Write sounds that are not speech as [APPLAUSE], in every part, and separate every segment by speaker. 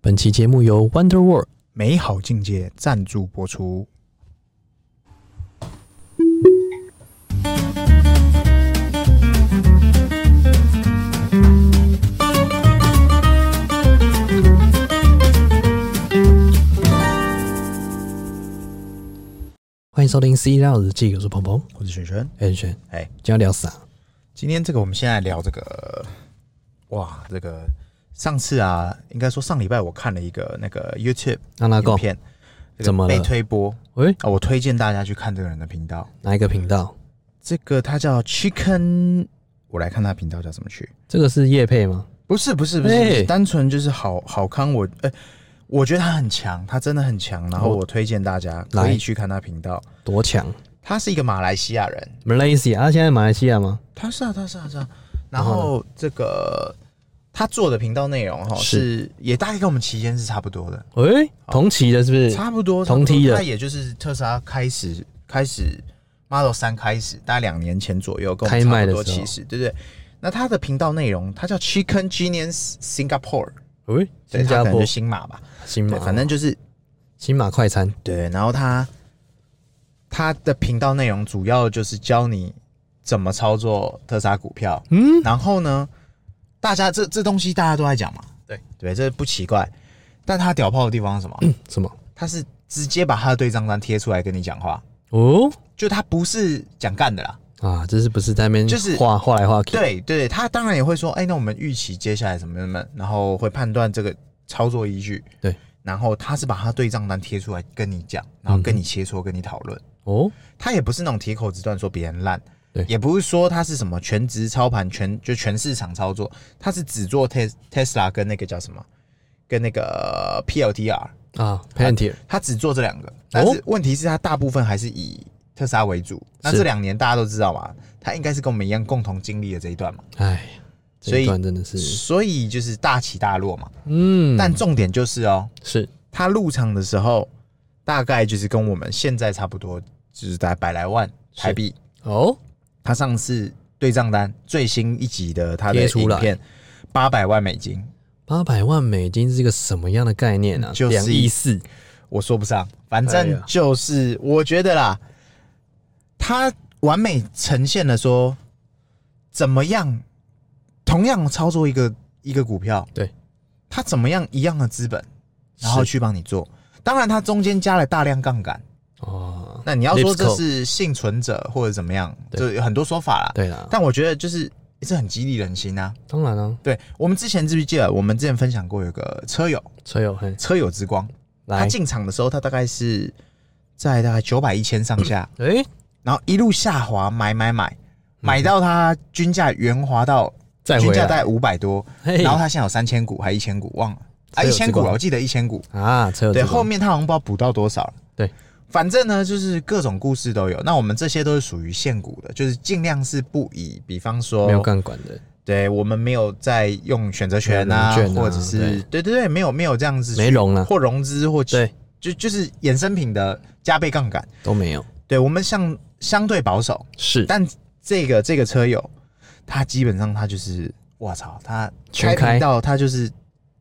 Speaker 1: 本期节目由 Wonder World
Speaker 2: 美好境界赞助播出。
Speaker 1: 欢迎收听《C 料日记》，我是鹏鹏，
Speaker 2: 我是璇璇，
Speaker 1: 哎轩，
Speaker 2: 哎
Speaker 1: 今天要聊啥？
Speaker 2: 今天这个我们现在聊这个，哇，这个上次啊，应该说上礼拜我看了一个那个 YouTube
Speaker 1: 让他
Speaker 2: 影
Speaker 1: 讲
Speaker 2: 片，这个
Speaker 1: 怎么了
Speaker 2: 被推播
Speaker 1: 喂，
Speaker 2: 啊？我推荐大家去看这个人的频道，
Speaker 1: 哪一个频道？
Speaker 2: 这个他叫 Chicken，我来看他频道叫什么去？
Speaker 1: 这个是叶配吗？
Speaker 2: 不是不是不是，
Speaker 1: 哎
Speaker 2: 单纯就是好好康我，哎、我觉得他很强，他真的很强，然后
Speaker 1: 哦
Speaker 2: 我推荐大家
Speaker 1: 来
Speaker 2: 可以去看他频道。
Speaker 1: 多强
Speaker 2: 他是一个马来西亚人，
Speaker 1: ！Malaysia，啊，现在马来西亚吗？
Speaker 2: 他是啊，他是啊，是啊。
Speaker 1: 然
Speaker 2: 然
Speaker 1: 后呢
Speaker 2: 后这个他做的频道内容哈
Speaker 1: 是
Speaker 2: 是也大概跟我们期间是差不多的，
Speaker 1: 喂，同期的是不是？
Speaker 2: 差不多
Speaker 1: 同梯的
Speaker 2: 差不多他也就是特斯拉开始开始 Model 三开始，大概两年前左右跟我们
Speaker 1: 开卖
Speaker 2: 差不
Speaker 1: 的
Speaker 2: 多，
Speaker 1: 时候
Speaker 2: 其实对不对？那他的频道内容，他叫 Chicken Genius Singapore，
Speaker 1: 喂，
Speaker 2: 对
Speaker 1: 新加
Speaker 2: 他可能
Speaker 1: 坡
Speaker 2: 就新马吧，
Speaker 1: 新
Speaker 2: 对
Speaker 1: 马，，
Speaker 2: 反正就是
Speaker 1: 新马快餐
Speaker 2: 对，然后他他的频道内容主要就是教你怎么操作特斯拉股票，
Speaker 1: 嗯，
Speaker 2: 然后呢，大家这这东西大家都在讲嘛，对对，这不奇怪。但他屌炮的地方是什么？
Speaker 1: 什么？
Speaker 2: 他是直接把他的对账单贴出来跟你讲话，
Speaker 1: 哦
Speaker 2: 就他不是讲干的啦。
Speaker 1: 啊，这是不是在那边
Speaker 2: 就是
Speaker 1: 画画来画去？
Speaker 2: 对对，他当然也会说，哎、那我们预期接下来怎么怎么，然后会判断这个操作依据。
Speaker 1: 对，
Speaker 2: 然后他是把他对账单贴出来跟你讲，然后跟你切磋，跟你讨论。
Speaker 1: 哦，
Speaker 2: 他也不是那种铁口直断说别人烂，
Speaker 1: 对
Speaker 2: 也不是说他是什么全职操盘全就全市场操作，他是只做 Tes Tesla 跟那个叫什么，跟那个呃 PLTR，
Speaker 1: 啊，Palantir
Speaker 2: 他只做这两
Speaker 1: 哦
Speaker 2: 个。但是问题是，他大部分还是以特斯拉为主。那
Speaker 1: 是
Speaker 2: 这两年大家都知道嘛，他应该是跟我们一样共同经历了这一段嘛，
Speaker 1: 哎，这
Speaker 2: 啊所
Speaker 1: 一
Speaker 2: 以
Speaker 1: 段真的是，
Speaker 2: 所以就是大起大落嘛。
Speaker 1: 嗯，
Speaker 2: 但重点就是哦，
Speaker 1: 是
Speaker 2: 他入场的时候大概就是跟我们现在差不多，就是大概百来万台币。
Speaker 1: 哦，
Speaker 2: 他上次对账单最新一集的他的
Speaker 1: 贴出
Speaker 2: 影
Speaker 1: 来
Speaker 2: 片，八百万美金，
Speaker 1: 八百万美金是一个什么样的概念啊？
Speaker 2: 就是
Speaker 1: 两亿四，
Speaker 2: 我说不上，反
Speaker 1: 哎
Speaker 2: 正
Speaker 1: 呀
Speaker 2: 就是我觉得啦，他完美呈现了说怎么样，同样操作一个一个股票，
Speaker 1: 对，
Speaker 2: 他怎么样一样的资本，然后
Speaker 1: 是
Speaker 2: 去帮你做。当然，他中间加了大量杠杆。
Speaker 1: 哦，
Speaker 2: 那你要说这
Speaker 1: Lipsco
Speaker 2: 是幸存者或者怎么样，
Speaker 1: 对
Speaker 2: 就有很多说法啦。
Speaker 1: 对啦，
Speaker 2: 但我觉得就是这很激励人心啊。
Speaker 1: 当然啊，
Speaker 2: 对我们之前记不记得，我们之前分享过有个车友，
Speaker 1: 车友嘿，
Speaker 2: 车友之光，他
Speaker 1: 来，
Speaker 2: 进场的时候，他大概是在大概九百一千上下，
Speaker 1: 哎、
Speaker 2: 然后一路下滑，买买买，买到他均价圆滑到
Speaker 1: 再
Speaker 2: 均
Speaker 1: 嗯回
Speaker 2: 价大概
Speaker 1: 来，哎
Speaker 2: 五百多，
Speaker 1: 嘿
Speaker 2: 然后他现在有三千股还一千股，忘了啊，
Speaker 1: 车友
Speaker 2: 一
Speaker 1: 之
Speaker 2: 千股
Speaker 1: 光
Speaker 2: 我记得一千股，
Speaker 1: 啊，车友
Speaker 2: 对，
Speaker 1: 之光
Speaker 2: 后面他红包补到多少了？
Speaker 1: 对。
Speaker 2: 反正呢，就是各种故事都有。那我们这些都是属于现股的，就是尽量是不以，比方说
Speaker 1: 没有杠杆的，
Speaker 2: 对我们没有在用选择权啊，
Speaker 1: 没有融券啊
Speaker 2: 或者是对对对，没有没有这样子去
Speaker 1: 没融啊
Speaker 2: 或融资或
Speaker 1: 对，
Speaker 2: 就就是衍生品的加倍杠杆。
Speaker 1: 都没有，
Speaker 2: 对我们相相对保守，
Speaker 1: 是
Speaker 2: 但这个这个车友，他基本上他就是我操，他
Speaker 1: 全开
Speaker 2: 频道他就是。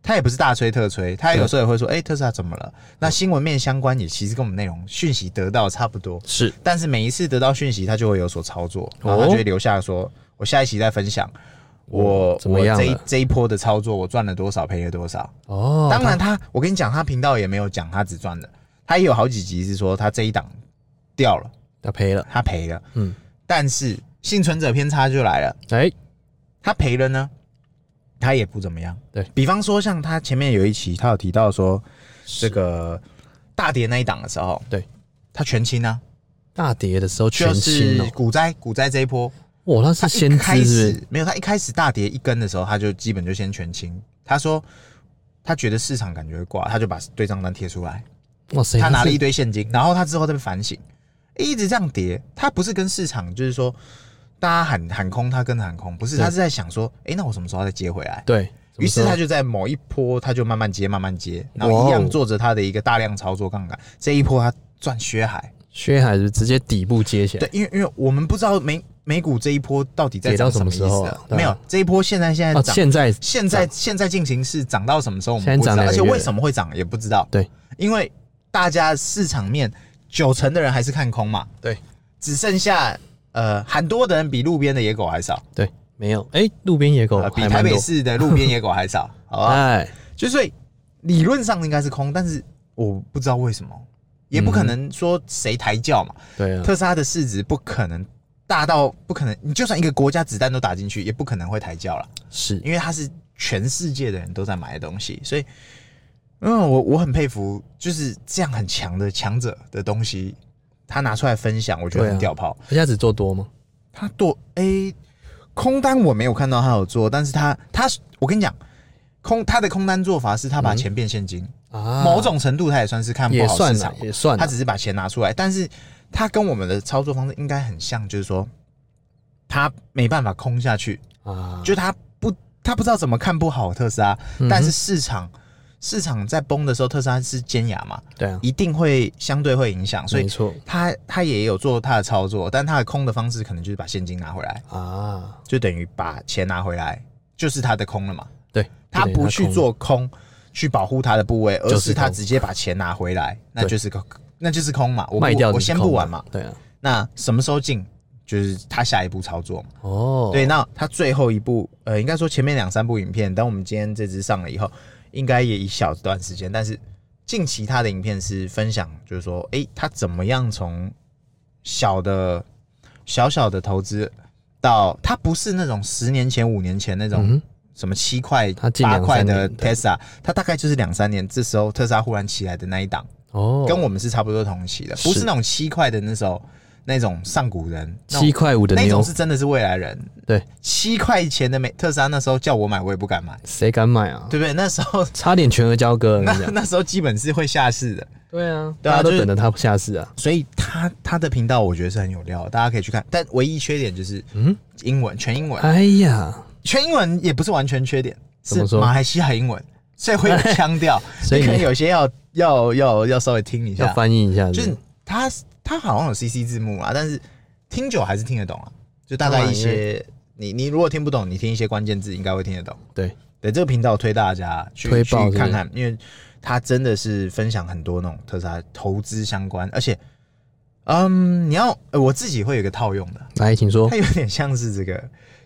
Speaker 2: 他也不是大吹特吹，他有时候也会说：“哎、特斯拉怎么了？”那新闻面相关也其实跟我们内容讯息得到差不多，
Speaker 1: 是
Speaker 2: 但是每一次得到讯息，他就会有所操作，然后他
Speaker 1: 哦
Speaker 2: 就会留下说：“我下一期再分享我
Speaker 1: 怎么
Speaker 2: 我
Speaker 1: 样啊
Speaker 2: 这一
Speaker 1: 了
Speaker 2: 这一波的操作，我赚了多少，赔了多少。”
Speaker 1: 哦，
Speaker 2: 当然他，我跟你讲，他频道也没有讲他只赚了，他也有好几集是说他这一档掉了，
Speaker 1: 他赔了，
Speaker 2: 他赔了，
Speaker 1: 嗯，
Speaker 2: 但是幸存者偏差就来了，
Speaker 1: 哎、
Speaker 2: 他赔了呢，他也不怎么样。
Speaker 1: 对
Speaker 2: 比方说，像他前面有一期，他有提到说
Speaker 1: 是
Speaker 2: 这个大跌那一档的时候，
Speaker 1: 对
Speaker 2: 他全清啊，
Speaker 1: 大跌的时候
Speaker 2: 就
Speaker 1: 全清
Speaker 2: 是
Speaker 1: 哦、
Speaker 2: 股灾股灾这一波，
Speaker 1: 哇，那是
Speaker 2: 他
Speaker 1: 先
Speaker 2: 一开
Speaker 1: 知是不
Speaker 2: 始
Speaker 1: 是？
Speaker 2: 没有，他一开始大跌一根的时候，他就基本就先全清。他说他觉得市场感觉会挂，他就把对账单贴出来，
Speaker 1: 哇塞，
Speaker 2: 他拿了
Speaker 1: 是
Speaker 2: 一堆现金，然后他之后再被反省，一直这样跌，他不是跟市场就是说大家喊喊空，他跟着喊空，不是，
Speaker 1: 对
Speaker 2: 他是在想说，哎、那我什么时候再接回来？
Speaker 1: 对，
Speaker 2: 于是
Speaker 1: 怎么
Speaker 2: 他
Speaker 1: 说
Speaker 2: 就在某一波，他就慢慢接，慢慢接，然后一
Speaker 1: 哇哦
Speaker 2: 样做着他的一个大量操作杠杆。这一波他赚血海，
Speaker 1: 薛海是直接底部接起来，
Speaker 2: 对，因为因为我们不知道没美股这一波到底在
Speaker 1: 跌
Speaker 2: 涨
Speaker 1: 到
Speaker 2: 什
Speaker 1: 什么
Speaker 2: 意
Speaker 1: 时候
Speaker 2: 思
Speaker 1: 啊
Speaker 2: 啊？
Speaker 1: 对啊
Speaker 2: 没有，这一波现在现在
Speaker 1: 哦，
Speaker 2: 涨，
Speaker 1: 现在
Speaker 2: 现在现在进行是涨到什么时候我们
Speaker 1: 现在
Speaker 2: 不知道，
Speaker 1: 涨两
Speaker 2: 而
Speaker 1: 个
Speaker 2: 且
Speaker 1: 月
Speaker 2: 为什么会涨也不知道。
Speaker 1: 对，
Speaker 2: 因为大家市场面九成的人还是看空嘛，
Speaker 1: 对
Speaker 2: 只剩下呃很多的人比路边的野狗还少，
Speaker 1: 对没有，哎，路边野狗
Speaker 2: 呃、比
Speaker 1: 还
Speaker 2: 台
Speaker 1: 蛮
Speaker 2: 北
Speaker 1: 多，
Speaker 2: 市啊的路边野狗
Speaker 1: [LAUGHS]
Speaker 2: 还少，好吧？
Speaker 1: 哎，
Speaker 2: 就所以理论上应该是空，但是我不知道为什么，也不可能说谁抬轿嘛。
Speaker 1: 对啊，
Speaker 2: 特斯拉的市值不可能大到不可能，你就算一个国家子弹都打进去，也不可能会抬轿了，
Speaker 1: 是
Speaker 2: 因为它是全世界的人都在买的东西，所以。嗯，我我很佩服，就是这样很强的强者的东西，他拿出来分享，我觉得
Speaker 1: 对
Speaker 2: 很
Speaker 1: 啊
Speaker 2: 屌炮。
Speaker 1: 他现在只做多吗？
Speaker 2: 他多诶、空单我没有看到他有做，但是他他我跟你讲，空他的空单做法是他把钱变现金，
Speaker 1: 嗯啊，
Speaker 2: 某种程度他也算是看不
Speaker 1: 也
Speaker 2: 好
Speaker 1: 算啊
Speaker 2: 市
Speaker 1: 啦
Speaker 2: 场，，
Speaker 1: 也算啦
Speaker 2: 他，只是把钱拿出来，但是他跟我们的操作方式应该很像，就是说他没办法空下去，
Speaker 1: 啊，
Speaker 2: 就他不他不知道怎么看不好特斯拉，
Speaker 1: 嗯哼
Speaker 2: 但是市场市场在崩的时候，特斯拉是尖牙嘛，
Speaker 1: 对啊，
Speaker 2: 一定会相对会影响，所以
Speaker 1: 没错
Speaker 2: 他他也有做他的操作，但他的空的方式可能就是把现金拿回来，
Speaker 1: 啊，
Speaker 2: 就等于把钱拿回来，就是他的空了嘛。
Speaker 1: 对，
Speaker 2: 他
Speaker 1: 就等于
Speaker 2: 不去
Speaker 1: 空
Speaker 2: 做空，去保护他的部位，而
Speaker 1: 就是
Speaker 2: 是他
Speaker 1: 空
Speaker 2: 直接把钱拿回来，那就是个那就是空嘛。我不
Speaker 1: 卖掉的
Speaker 2: 我先
Speaker 1: 空
Speaker 2: 不玩嘛。，
Speaker 1: 对啊，
Speaker 2: 那什么时候进，就是他下一步操作嘛。
Speaker 1: 哦，
Speaker 2: 对，那他最后一步，呃，应该说前面两三部影片，当我们今天这支上了以后，应该也一小段时间，但是近期他的影片是分享，就是说，诶，他怎么样从小的小小的投资到，他不是那种十年前、五年前那
Speaker 1: 嗯
Speaker 2: 种
Speaker 1: 哼
Speaker 2: 什么七块、
Speaker 1: 他近
Speaker 2: 八
Speaker 1: 两
Speaker 2: 块
Speaker 1: 三
Speaker 2: 的
Speaker 1: 年对
Speaker 2: Tesla，他大概就是两三年，这时候特斯拉忽然起来的那一档，
Speaker 1: 哦，
Speaker 2: 跟我们是差不多同期的，不是
Speaker 1: 是
Speaker 2: 那种七块的那时候那种上古人，那种
Speaker 1: 七块五的
Speaker 2: 那
Speaker 1: 牛
Speaker 2: 种，是真的是未来人，
Speaker 1: 对，
Speaker 2: 七块钱的美特斯拉那时候叫我买，我也不敢买，
Speaker 1: 谁敢买啊？
Speaker 2: 对不对？那时候
Speaker 1: 差点全额交割，我
Speaker 2: 那
Speaker 1: 跟你讲，
Speaker 2: 那时候基本是会下市的，
Speaker 1: 对啊，
Speaker 2: 对啊
Speaker 1: 大家都
Speaker 2: 就是
Speaker 1: 等着他下市啊，
Speaker 2: 所以他他的频道我觉得是很有料，大家可以去看。但唯一缺点就是，嗯
Speaker 1: 嗯，
Speaker 2: 英文全英文，
Speaker 1: 哎呀，
Speaker 2: 全英文也不是完全缺点，
Speaker 1: 怎
Speaker 2: 是
Speaker 1: 么说
Speaker 2: 马来西亚英文，所以会有腔调，
Speaker 1: [LAUGHS] 所以
Speaker 2: 你可能
Speaker 1: 你
Speaker 2: 有些要要要要稍微听一
Speaker 1: 要
Speaker 2: 下，
Speaker 1: 翻译一下，
Speaker 2: 就是
Speaker 1: 不
Speaker 2: 他他好像有 CC 字幕啊，但是听久还是听得懂啊，就大概
Speaker 1: 当然
Speaker 2: 一些。你你如果听不懂，你听一些关键字应该会听得懂。
Speaker 1: 对，
Speaker 2: 对这个频道推大家去
Speaker 1: 推
Speaker 2: 去
Speaker 1: 爆是不是
Speaker 2: 看看，因为他真的是分享很多那种特斯拉投资相关，而且，嗯，你要、呃我自己会有一个套用的，
Speaker 1: 来，请说
Speaker 2: 它，有点像是这个，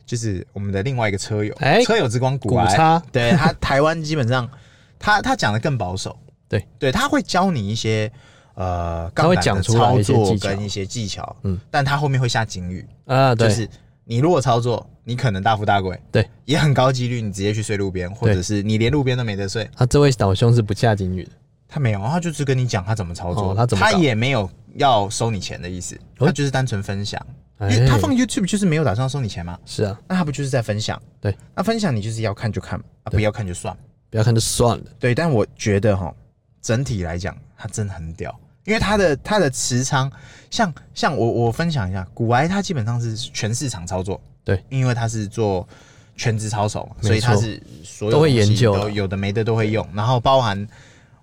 Speaker 2: 就是我们的另外一个车友，
Speaker 1: 哎
Speaker 2: 车友之光古
Speaker 1: 股
Speaker 2: 癌，
Speaker 1: 差
Speaker 2: 对他台湾基本上他他讲的更保守，
Speaker 1: 对
Speaker 2: 对，他会教你一些呃，
Speaker 1: 他会
Speaker 2: 杠杆的
Speaker 1: 讲出来
Speaker 2: 操
Speaker 1: 一些
Speaker 2: 作
Speaker 1: 技巧
Speaker 2: 跟一些技巧，嗯
Speaker 1: 嗯，
Speaker 2: 但他后面会下警语，
Speaker 1: 啊，
Speaker 2: 就
Speaker 1: 对
Speaker 2: 是你如果操作，你可能大富大贵，
Speaker 1: 对，
Speaker 2: 也很高几率你直接去睡路边，或者是你连路边都没得睡。
Speaker 1: 他啊这位老兄是不下警语的，
Speaker 2: 他没有，他就是跟你讲他怎么操作，
Speaker 1: 哦他怎么搞
Speaker 2: 也没有要收你钱的意思，
Speaker 1: 哦
Speaker 2: 他就是单纯分享。因
Speaker 1: 哎
Speaker 2: 为他放 YouTube 就是没有打算要收你钱嘛，
Speaker 1: 是啊，
Speaker 2: 那他不就是在分享？
Speaker 1: 对，
Speaker 2: 那分享你就是要看就看，啊不要看就算。
Speaker 1: 不要看就算了，
Speaker 2: 对，但我觉得哈，整体来讲，他真的很屌，因为他的他的持仓，像像我我分享一下，古埃他基本上是全市场操作，
Speaker 1: 对，
Speaker 2: 因为他是做全职操手嘛，
Speaker 1: 没错
Speaker 2: 所以他是所有
Speaker 1: 都会
Speaker 2: 东西
Speaker 1: 研究啊
Speaker 2: 都有的没的都会用，然后包含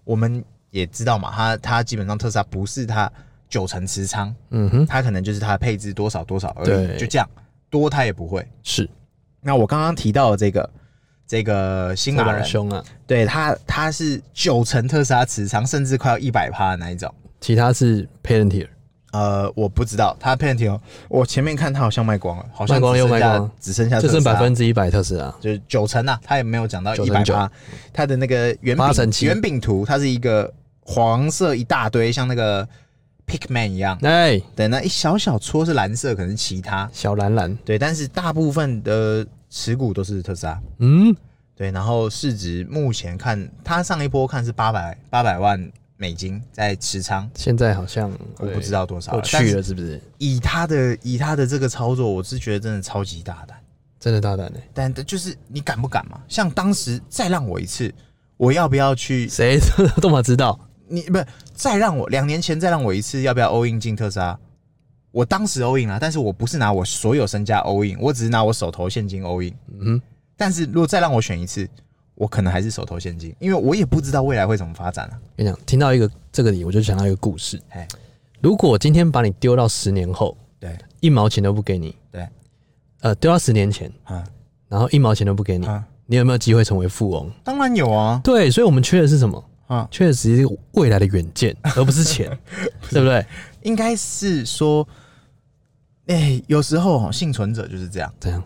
Speaker 2: 我们也知道嘛，他他基本上特斯拉不是他九成持仓，
Speaker 1: 嗯哼，
Speaker 2: 他可能就是他的配置多少多少而已，
Speaker 1: 对
Speaker 2: 就这样，多他也不会。
Speaker 1: 是
Speaker 2: 那我刚刚提到的这个这个新
Speaker 1: 这
Speaker 2: 马
Speaker 1: 老
Speaker 2: 人。
Speaker 1: 兄啊，
Speaker 2: 对他，他是九成特斯拉持仓，甚至快要一百趴的那一种。
Speaker 1: 其他是 Palantir，
Speaker 2: 呃，我不知道他 p a n t i r 我前面看他好像卖光了，好像
Speaker 1: 卖光了
Speaker 2: 只
Speaker 1: 又
Speaker 2: 剩
Speaker 1: 卖
Speaker 2: 下
Speaker 1: 光了
Speaker 2: 只剩下
Speaker 1: 就剩
Speaker 2: 特斯拉
Speaker 1: 百分之一百特斯拉，
Speaker 2: 就是九成啊，他也没有讲到一百趴
Speaker 1: 99%。
Speaker 2: 他的那个圆
Speaker 1: 八成
Speaker 2: 饼
Speaker 1: 七
Speaker 2: 圆饼图，它是一个黄色一大堆，像那个 Pickman 一样。
Speaker 1: 哎，
Speaker 2: 对，那一小小撮是蓝色，可能是其他
Speaker 1: 小蓝蓝，
Speaker 2: 对，但是大部分的持股都是特斯拉。
Speaker 1: 嗯，
Speaker 2: 对，然后市值目前看，它上一波看是八百八百万美金在持仓，
Speaker 1: 现在好像
Speaker 2: 我不知
Speaker 1: 道
Speaker 2: 道多少
Speaker 1: 过
Speaker 2: 了。但
Speaker 1: 去
Speaker 2: 是
Speaker 1: 了是不是？
Speaker 2: 以它的以它的这个操作，我是觉得真的超级大胆，
Speaker 1: 真的大胆欸呢，
Speaker 2: 但就是你敢不敢嘛？像当时再让我一次，我要不要去？
Speaker 1: 谁都嘛知道，
Speaker 2: 你不是再让我两年前再让我一次，要不要 all in 进特斯拉？我当时 all in 啊，但是我不是拿我所有身家 all in，我只是拿我手头现金 all in。
Speaker 1: 嗯哼，
Speaker 2: 但是如果再让我选一次，我可能还是手头现金，因为我也不知道未来会怎么发展啊。
Speaker 1: 跟你讲，听到一个这个里，我就想到一个故事
Speaker 2: 哎。
Speaker 1: 如果我今天把你丢到十年后，
Speaker 2: 对
Speaker 1: 一毛钱都不给你，
Speaker 2: 对，
Speaker 1: 呃，丢到十年前，
Speaker 2: 啊
Speaker 1: 然后一毛钱都不给你，
Speaker 2: 啊，
Speaker 1: 你有没有机会成为富翁？
Speaker 2: 当然有啊
Speaker 1: 对，所以我们缺的是什么？
Speaker 2: 啊，
Speaker 1: 缺的只是未来的远
Speaker 2: [LAUGHS]
Speaker 1: 见，而不是钱，对不对？
Speaker 2: 应该是说，哎、有时候哦，幸存者就是这样，
Speaker 1: 这样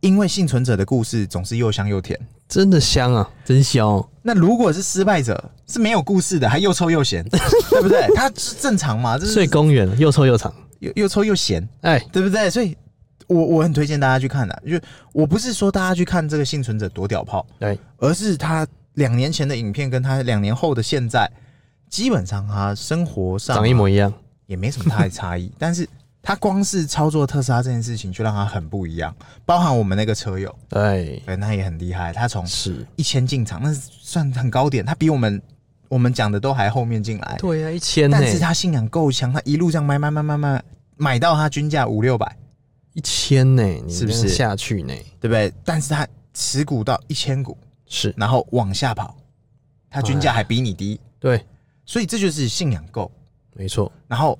Speaker 2: 因为幸存者的故事总是又香又甜。
Speaker 1: 真的香啊，真香、哦。
Speaker 2: 那如果是失败者，是没有故事的，还又臭又
Speaker 1: [LAUGHS]
Speaker 2: 咸，对不对？他是正常嘛，就
Speaker 1: 睡
Speaker 2: 是
Speaker 1: 公园又臭又长，
Speaker 2: 又又臭又咸，
Speaker 1: 哎、
Speaker 2: 对不对？所以我我很推荐大家去看的、就我不是说大家去看这个幸存者多屌炮，
Speaker 1: 对，
Speaker 2: 而是他两年前的影片跟他两年后的现在，基本上他生活上啊
Speaker 1: 长一模一样。
Speaker 2: 也没什么太大的差异， [LAUGHS] 但是他光是操作特斯拉这件事情就让他很不一样，包含我们那个车友，
Speaker 1: 对，
Speaker 2: 对，那也很厉害，他从
Speaker 1: 哎是，
Speaker 2: 一千进场，那是算很高点，他比我们我们讲的都还后面进来，
Speaker 1: 对呀、一千呢、
Speaker 2: 啊但是他信仰够强，他一路这样买买买买买，买到他均价五六百，
Speaker 1: 一千呢、你
Speaker 2: 是不
Speaker 1: 这样
Speaker 2: 是
Speaker 1: 下去呢？
Speaker 2: 对不对？但是他持股到一千股，
Speaker 1: 是
Speaker 2: 然后往下跑，他均价还比你低，
Speaker 1: 对，
Speaker 2: 所以这就是信仰够，
Speaker 1: 没错，
Speaker 2: 然后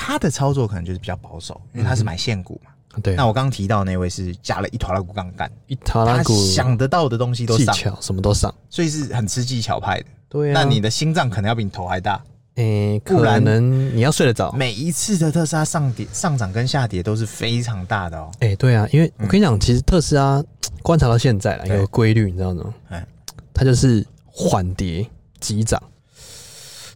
Speaker 2: 他的操作可能就是比较保守，因为他是买现股嘛。
Speaker 1: 对
Speaker 2: 那，我刚刚提到那位是加了一坨拉股杠杆，
Speaker 1: 一塔
Speaker 2: 他
Speaker 1: 拉古
Speaker 2: 想得到的东西
Speaker 1: 嗯
Speaker 2: 都
Speaker 1: 技
Speaker 2: 上，
Speaker 1: 巧什么都上。
Speaker 2: 所以是很吃技巧派的。
Speaker 1: 对啊，
Speaker 2: 那你的心脏可能要比你头还大。
Speaker 1: 哎、
Speaker 2: 不
Speaker 1: 可
Speaker 2: 然
Speaker 1: 能你要睡得着。
Speaker 2: 每一次的特斯拉上跌、上涨跟下跌都是非常大的哦。
Speaker 1: 哎、对啊，因为我跟你讲，其实特斯拉观察到现在啦，
Speaker 2: 对
Speaker 1: 有个规律，你知道吗
Speaker 2: 哎？
Speaker 1: 它就是缓跌急涨，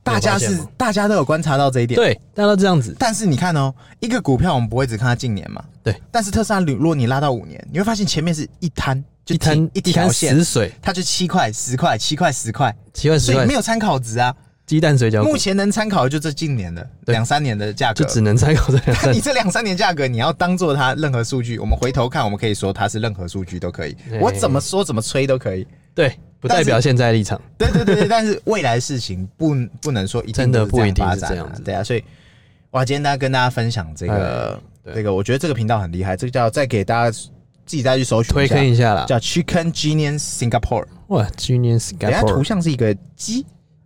Speaker 2: 大家
Speaker 1: 你有
Speaker 2: 是
Speaker 1: 发现吗
Speaker 2: 大家都有观察到这一点。。
Speaker 1: 对，大家都这样子，
Speaker 2: 但是你看哦，一个股票我们不会只看它近年嘛。
Speaker 1: 对。
Speaker 2: 但是特斯拉，如果你拉到五年，你会发现前面是一滩，就
Speaker 1: 一滩
Speaker 2: 一
Speaker 1: 滩
Speaker 2: 条线，
Speaker 1: 死水，
Speaker 2: 它就七块、十块、七块、十块，
Speaker 1: 奇怪
Speaker 2: 所
Speaker 1: 奇
Speaker 2: 以
Speaker 1: 怪
Speaker 2: 没，有参考值啊。
Speaker 1: 鸡蛋水饺
Speaker 2: 目
Speaker 1: 股
Speaker 2: 前能参考的就这近年的
Speaker 1: 对
Speaker 2: 两三年的价
Speaker 1: 就。
Speaker 2: 格
Speaker 1: 只能参考这两
Speaker 2: 那
Speaker 1: 三
Speaker 2: 你。这两三年价格，你要当做它任何数据，我们回头看，我们可以说它是任何数据都可以
Speaker 1: 对，
Speaker 2: 我怎么说怎么吹都可以。
Speaker 1: [LAUGHS] 对，不
Speaker 2: 但
Speaker 1: 代
Speaker 2: 是
Speaker 1: 表现在立
Speaker 2: [LAUGHS]
Speaker 1: 场。
Speaker 2: 对对对对，但是未来的事情不不能说一定
Speaker 1: 真的不一定
Speaker 2: 都
Speaker 1: 是
Speaker 2: 是
Speaker 1: 这
Speaker 2: 这样
Speaker 1: 样
Speaker 2: 发展
Speaker 1: 子
Speaker 2: 啊，对啊，所以哇，今天大家跟大家分享这个
Speaker 1: 哎对
Speaker 2: 这个，我觉得这个频道很厉害，这个叫再给大家自己再去搜寻
Speaker 1: 推
Speaker 2: 一下
Speaker 1: 坑，一下啦。
Speaker 2: 叫 Chicken Genius Singapore，
Speaker 1: 哇，Genius
Speaker 2: 等一下图
Speaker 1: Singapore，
Speaker 2: 像是一个鸡，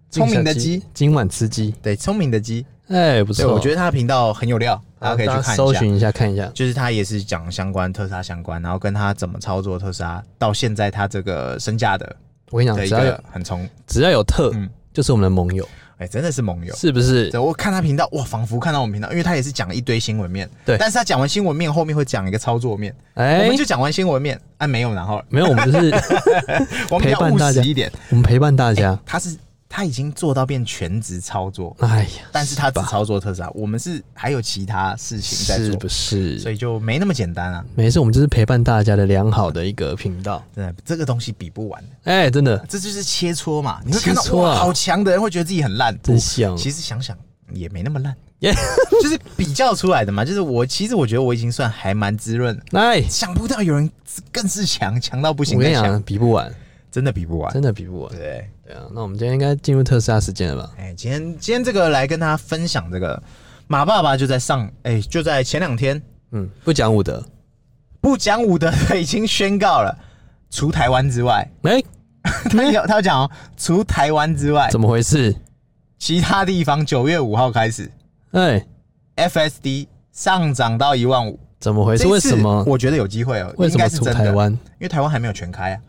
Speaker 2: 聪明的鸡，，
Speaker 1: 今晚吃鸡，
Speaker 2: 对，聪明的鸡，
Speaker 1: 哎，不
Speaker 2: 对，
Speaker 1: 错，
Speaker 2: 我觉
Speaker 1: 得
Speaker 2: 得他的频道很有料，大家可以去看
Speaker 1: 搜
Speaker 2: 一下。
Speaker 1: 寻一下看一下。
Speaker 2: 就是他也是讲相关特斯拉相关，然后跟他怎么操作特斯拉，到现在他这个身价的
Speaker 1: 我跟你讲，
Speaker 2: 的一
Speaker 1: 只要
Speaker 2: 个
Speaker 1: 有
Speaker 2: 很从，
Speaker 1: 只要有特
Speaker 2: 嗯，
Speaker 1: 就是我们的盟友，
Speaker 2: 哎、真的是盟友。
Speaker 1: 是不是？
Speaker 2: 对，我看他频道，哇，仿佛看到我们频道，因为他也是讲了一堆新闻面，
Speaker 1: 对
Speaker 2: 但是他讲完新闻面后面会讲一个操作面，我
Speaker 1: 哎
Speaker 2: 们，就讲完新闻面，啊，没有，然后了
Speaker 1: 没有，我们
Speaker 2: [LAUGHS]
Speaker 1: 就是
Speaker 2: 我们比
Speaker 1: 陪
Speaker 2: 较
Speaker 1: 伴
Speaker 2: 务
Speaker 1: 大家
Speaker 2: 实一点。
Speaker 1: 我们陪伴大家。
Speaker 2: 他是他已经做到变全职操作，
Speaker 1: 哎呀，
Speaker 2: 但是他只操作特斯拉，我们是还有其他事情在
Speaker 1: 是
Speaker 2: 做，
Speaker 1: 不
Speaker 2: 所
Speaker 1: 是？
Speaker 2: 以就没那么简单啊。
Speaker 1: 没事，我们就是陪伴大家的良好的一个频道。
Speaker 2: 真的，这个东西比不完，
Speaker 1: 哎，真
Speaker 2: [LAUGHS]
Speaker 1: 的
Speaker 2: 这就是切磋嘛。你会看到、
Speaker 1: 切磋啊
Speaker 2: 哇，好强的人会觉得自己很烂，
Speaker 1: 真
Speaker 2: 不
Speaker 1: 香
Speaker 2: 其实想想也没那么烂， [LAUGHS]
Speaker 1: 耶！
Speaker 2: 就是比较出来的嘛。就是我其实我觉得我已经算还蛮滋润了，
Speaker 1: 哎，
Speaker 2: 想不到有人更是强，强到不行
Speaker 1: 我跟
Speaker 2: 再
Speaker 1: 你
Speaker 2: 强，
Speaker 1: 讲，比不
Speaker 2: [LAUGHS]
Speaker 1: 完，
Speaker 2: 真的比不完。
Speaker 1: 真的比不完。
Speaker 2: 对，
Speaker 1: 对啊，那我们今天应该进入特斯拉时间了吧？
Speaker 2: 哎，今天今天这个来跟大家分享这个马爸爸就在上，哎，就在前两天
Speaker 1: 嗯，不讲武德。
Speaker 2: 不讲武德的已经宣告了，除台湾之外，
Speaker 1: 哎，
Speaker 2: 他有他有讲哦，除台湾之外，
Speaker 1: 怎么回事？
Speaker 2: 其他地方九月五号开始
Speaker 1: 哎，
Speaker 2: FSD 上涨到一万五。
Speaker 1: 怎么回
Speaker 2: 这
Speaker 1: 事？
Speaker 2: 一
Speaker 1: 哎为
Speaker 2: 次
Speaker 1: 什么？
Speaker 2: 我觉得有机会哦，
Speaker 1: 为什
Speaker 2: 应
Speaker 1: 么
Speaker 2: 该是
Speaker 1: 出
Speaker 2: 真的
Speaker 1: 台？湾
Speaker 2: 因为台湾还没有全开啊。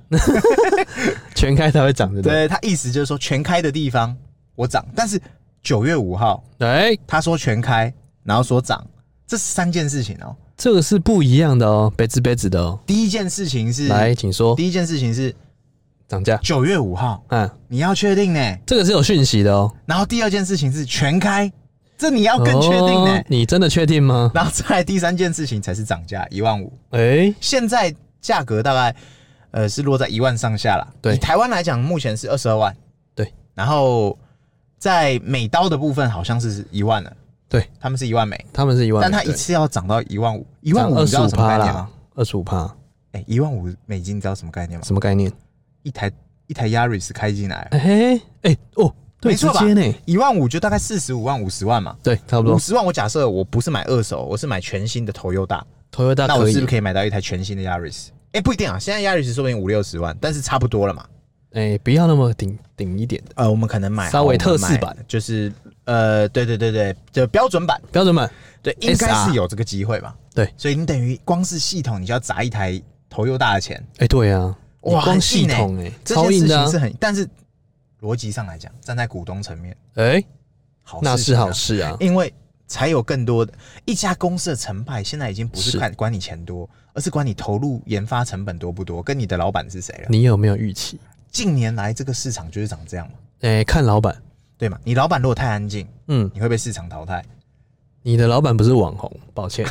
Speaker 1: 全开才会涨对不对？
Speaker 2: 对，他意思就是说全开的地方我涨，但是九月五号
Speaker 1: 哎，
Speaker 2: 他说全开，然后说涨，这是三件事情哦。
Speaker 1: 这个是不一样的哦，别子别子的哦。
Speaker 2: 第一件事情是，
Speaker 1: 来，请说
Speaker 2: 第一件事情是
Speaker 1: 涨价。
Speaker 2: 九月五号
Speaker 1: 嗯，
Speaker 2: 你要确定呢，
Speaker 1: 这个是有讯息的哦。
Speaker 2: 然后第二件事情是全开，这你要更确定呢
Speaker 1: 哦。你真的确定吗？
Speaker 2: 然后再来第三件事情才是涨价一万五，
Speaker 1: 哎，
Speaker 2: 现在价格大概呃是落在一万上下啦。
Speaker 1: 对
Speaker 2: 以台湾来讲，目前是二十二万。
Speaker 1: 对，
Speaker 2: 然后在美刀的部分好像是一万了，
Speaker 1: 对，
Speaker 2: 他们是一万美，
Speaker 1: 他们是一万，
Speaker 2: 但它
Speaker 1: 对
Speaker 2: 一次要涨到一万五，一万
Speaker 1: 涨
Speaker 2: 五
Speaker 1: 二
Speaker 2: 你知
Speaker 1: 十
Speaker 2: 道
Speaker 1: 五
Speaker 2: 什么概
Speaker 1: 趴
Speaker 2: 念吗
Speaker 1: 啦？，二十五趴，
Speaker 2: 哎，一万五美金你知道什么概念吗？
Speaker 1: 什么概念？
Speaker 2: 一台一台 Yaris 开进来，
Speaker 1: 哎哎哦，对，
Speaker 2: 没
Speaker 1: 直
Speaker 2: 错吧
Speaker 1: 接呢，
Speaker 2: 一万五就大概四十五万五十万嘛。
Speaker 1: 对，差不
Speaker 2: 五
Speaker 1: 多。
Speaker 2: 十万，我假设我不是买二手，我是买全新的 Toyota，
Speaker 1: Toyota
Speaker 2: 那我
Speaker 1: 可
Speaker 2: 是不是
Speaker 1: 以，
Speaker 2: 可以买到一台全新的 Yaris？哎、不一定啊，现在 Yaris 说不定五六十万，但是差不多了嘛。
Speaker 1: 哎、不要那么顶顶一点的
Speaker 2: 呃，我们可能买
Speaker 1: 稍微特
Speaker 2: 好我们
Speaker 1: 仕
Speaker 2: 买
Speaker 1: 版
Speaker 2: 就是呃，对对对对，就标准版，
Speaker 1: 标准版，
Speaker 2: 对，应该
Speaker 1: SR
Speaker 2: 是有这个机会吧？
Speaker 1: 对，
Speaker 2: 所以你等于光是系统，你就要砸一台头又大的钱，
Speaker 1: 哎、对啊，你
Speaker 2: 哇
Speaker 1: 光
Speaker 2: 很
Speaker 1: 系
Speaker 2: 硬欸
Speaker 1: 统哎、
Speaker 2: 这
Speaker 1: 超
Speaker 2: 件
Speaker 1: 硬
Speaker 2: 事
Speaker 1: 的、啊
Speaker 2: 情是，很，但是逻辑上来讲，站在股东层面，
Speaker 1: 哎、
Speaker 2: 好
Speaker 1: 那
Speaker 2: 事
Speaker 1: 是
Speaker 2: 情啊
Speaker 1: 好，事啊，
Speaker 2: 因为才有更多的一家公司的成败，现在已经不是
Speaker 1: 是
Speaker 2: 看管你钱多，而是管你投入研发成本多不多，跟你的老板是谁了。
Speaker 1: 你有没有预期？
Speaker 2: 近年来这个市场就是长这样嘛，
Speaker 1: 哎、看老板，
Speaker 2: 对嘛？你老板如果太安静，
Speaker 1: 嗯，
Speaker 2: 你会被市场淘汰。
Speaker 1: 你的老板不是网红，抱
Speaker 2: [LAUGHS]
Speaker 1: 歉，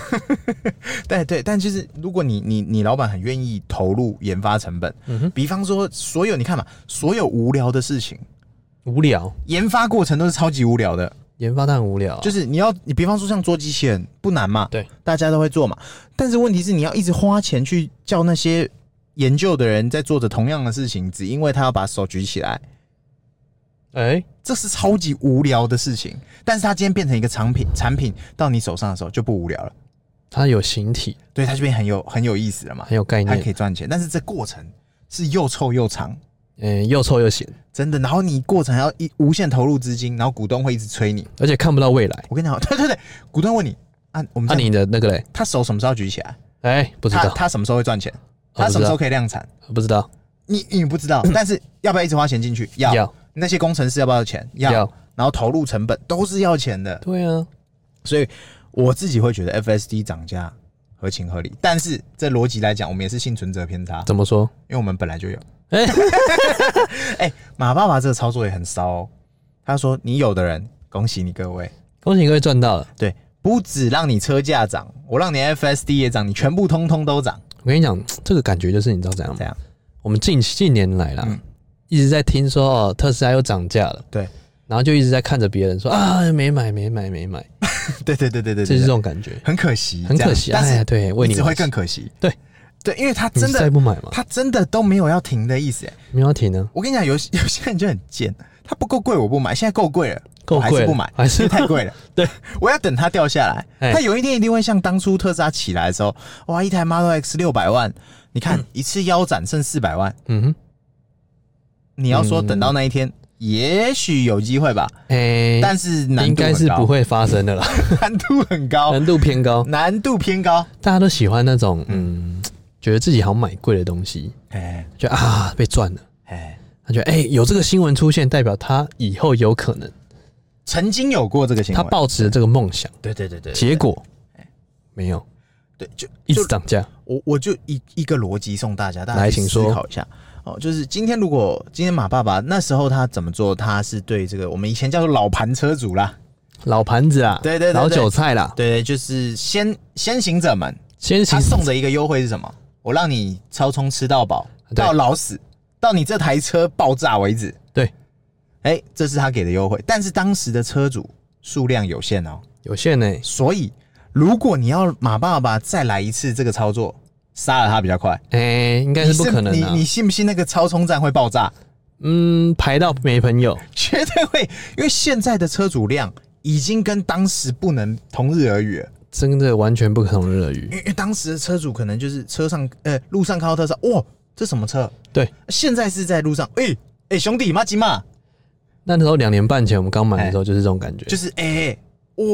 Speaker 2: 对对，但就是如果你你你老板很愿意投入研发成本，
Speaker 1: 嗯哼，
Speaker 2: 比方说所有你看嘛，所有无聊的事情，
Speaker 1: 无聊，
Speaker 2: 研发过程都是超级无聊的。
Speaker 1: 研发当然无聊啊、
Speaker 2: 就是你要，你比方说像做机器人不难嘛，
Speaker 1: 对，
Speaker 2: 大家都会做嘛。但是问题是，你要一直花钱去叫那些研究的人在做着同样的事情，只因为他要把手举起来，
Speaker 1: 哎、
Speaker 2: 这是超级无聊的事情。但是他今天变成一个产品，产品到你手上的时候就不无聊了，
Speaker 1: 它有形体，
Speaker 2: 对，他就变很有很有意思了嘛，
Speaker 1: 很有概
Speaker 2: 还
Speaker 1: 念
Speaker 2: 可，以赚钱。但是这过程是又臭又长，
Speaker 1: 哎、又臭又咸，
Speaker 2: 真的。然后你过程还要一无限投入资金，然后股东会一直催你。
Speaker 1: 而且看不到未来。
Speaker 2: 我跟你讲，对对对，股东问你啊，我们
Speaker 1: 那、
Speaker 2: 这样
Speaker 1: 你的那个嘞？
Speaker 2: 他手什么时候举起来？
Speaker 1: 哎、不知
Speaker 2: 他
Speaker 1: 道，
Speaker 2: 他什么时候会赚钱？
Speaker 1: 我
Speaker 2: 他
Speaker 1: 不知
Speaker 2: 什么时候
Speaker 1: 道，
Speaker 2: 可以量产？
Speaker 1: 不知道，
Speaker 2: 你你不知
Speaker 1: [COUGHS]
Speaker 2: 道，但是要不要一直花钱进去？要。
Speaker 1: 要
Speaker 2: 那些工程师要不要钱？要。
Speaker 1: 要，
Speaker 2: 然后投入成本都是要钱的，
Speaker 1: 对啊，
Speaker 2: 所以我自己会觉得 FSD 涨价合情合理。但是这逻辑来讲，我们也是幸存者偏差，
Speaker 1: 怎么说？
Speaker 2: 因为我们本来就有。
Speaker 1: 哎、
Speaker 2: 哎、马爸爸这个操作也很骚哦。他说：“你有的人，恭喜你各位，
Speaker 1: 恭喜各位赚到了。
Speaker 2: 对，不止让你车价涨，我让你 FSD 也涨，你全部通通都涨， [LAUGHS]
Speaker 1: 我跟你讲，这个感觉就是你知道怎样吗？
Speaker 2: 这样
Speaker 1: 我们近近年来啦，
Speaker 2: 嗯
Speaker 1: 一直在听说哦，特斯拉又涨价了，
Speaker 2: 对，
Speaker 1: 然后就一直在看着别人说啊，没买没买没买，
Speaker 2: 对对对对
Speaker 1: 这
Speaker 2: 对对
Speaker 1: 是这
Speaker 2: 对，
Speaker 1: 种感觉，
Speaker 2: 很可惜，
Speaker 1: 很可惜。
Speaker 2: 这样但
Speaker 1: 哎
Speaker 2: 是
Speaker 1: 呀，对，为你
Speaker 2: 只
Speaker 1: 买
Speaker 2: 会更可惜。
Speaker 1: 对
Speaker 2: 对，因为他
Speaker 1: 你
Speaker 2: 真
Speaker 1: 再
Speaker 2: 的，
Speaker 1: 不买嘛，
Speaker 2: 他真的都没有要停的意思欸。
Speaker 1: 没有停呢，
Speaker 2: 我跟你讲，有有些 [LAUGHS] 人就很贱，他不够贵我不买，现在够贵了，
Speaker 1: 够
Speaker 2: 我还
Speaker 1: 贵
Speaker 2: 是
Speaker 1: 了
Speaker 2: 不买，
Speaker 1: 还是
Speaker 2: 因为太贵了。
Speaker 1: [LAUGHS] 对，
Speaker 2: 我要等它掉下来，
Speaker 1: 哎
Speaker 2: 它有一天一定会像当初特斯拉起来的时候，哇，一台 Model X 六百万，你看、一次腰斩剩四百万，
Speaker 1: 嗯哼，
Speaker 2: 你要说等到那一
Speaker 1: 嗯
Speaker 2: 天，也许有机会吧，
Speaker 1: 哎，
Speaker 2: [LAUGHS] 但是难
Speaker 1: 应
Speaker 2: 度
Speaker 1: 该
Speaker 2: 很
Speaker 1: 是
Speaker 2: 高哦
Speaker 1: 不，会发生的啦，
Speaker 2: [LAUGHS] 难度很高，
Speaker 1: 难度偏高，
Speaker 2: 难度偏高。
Speaker 1: 大家都喜欢那种嗯，觉得自己好像买贵的东西，
Speaker 2: 哎
Speaker 1: 觉得啊被赚了，
Speaker 2: 哎，
Speaker 1: 他觉得哎有这个新闻出现，代表他以后有可能，
Speaker 2: 曾经有过这个行
Speaker 1: 他
Speaker 2: 为，
Speaker 1: 抱持了这个梦想，
Speaker 2: 对对对对，对
Speaker 1: 结果没有，
Speaker 2: 对就
Speaker 1: 一
Speaker 2: 就
Speaker 1: 直涨价，
Speaker 2: 我我就一一个逻辑送大家，大家
Speaker 1: 来
Speaker 2: 去
Speaker 1: 请
Speaker 2: 思
Speaker 1: 说
Speaker 2: 考一下哦。就是今天如果今天马爸爸那时候他怎么做，他是对这个我们以前叫做老盘车主啦，
Speaker 1: 老盘子啊，
Speaker 2: 对对对对
Speaker 1: 老韭菜啦，
Speaker 2: 对，就是先先行者们，
Speaker 1: 先
Speaker 2: 他
Speaker 1: 行
Speaker 2: 送的一个优惠是什么？我让你超充吃到饱，
Speaker 1: 对
Speaker 2: 到老死，到你这台车爆炸为止。
Speaker 1: 对，
Speaker 2: 哎、这是他给的优惠，但是当时的车主数量有限哦，
Speaker 1: 有限呢、
Speaker 2: 所以如果你要马爸爸再来一次这个操作，杀了他比较快。
Speaker 1: 哎、应该是不可能
Speaker 2: 你
Speaker 1: 啊。
Speaker 2: 你你信不信那个超充站会爆炸？ [LAUGHS]
Speaker 1: 嗯，排到没朋友，
Speaker 2: 绝对会，因为现在的车主量已经跟当时不能同日而语了。
Speaker 1: 真的完全不可同日而
Speaker 2: 因
Speaker 1: 语。
Speaker 2: 为因为当时的车主可能就是车上呃路上看到特斯拉，哇，这什么车？
Speaker 1: 对，
Speaker 2: 现在是在路上，哎、哎、兄弟，妈吉嘛，
Speaker 1: 那时候两年半前我们刚买的时候就是这种感觉，
Speaker 2: 就是哎、哎哦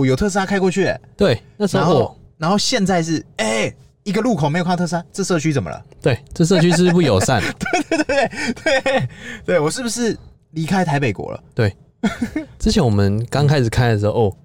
Speaker 2: 哦，有特斯拉开过去、哎
Speaker 1: 对，那时
Speaker 2: 然
Speaker 1: 候、
Speaker 2: 后、
Speaker 1: 哦、
Speaker 2: 然后现在是哎、一个路口没有看到特斯拉，这社区怎么了？ [LAUGHS]
Speaker 1: 对，这社区是不友善，
Speaker 2: 对，对我是不是离开台北国了？
Speaker 1: 对。
Speaker 2: [LAUGHS]
Speaker 1: 之前我们刚开始开的时候，哦，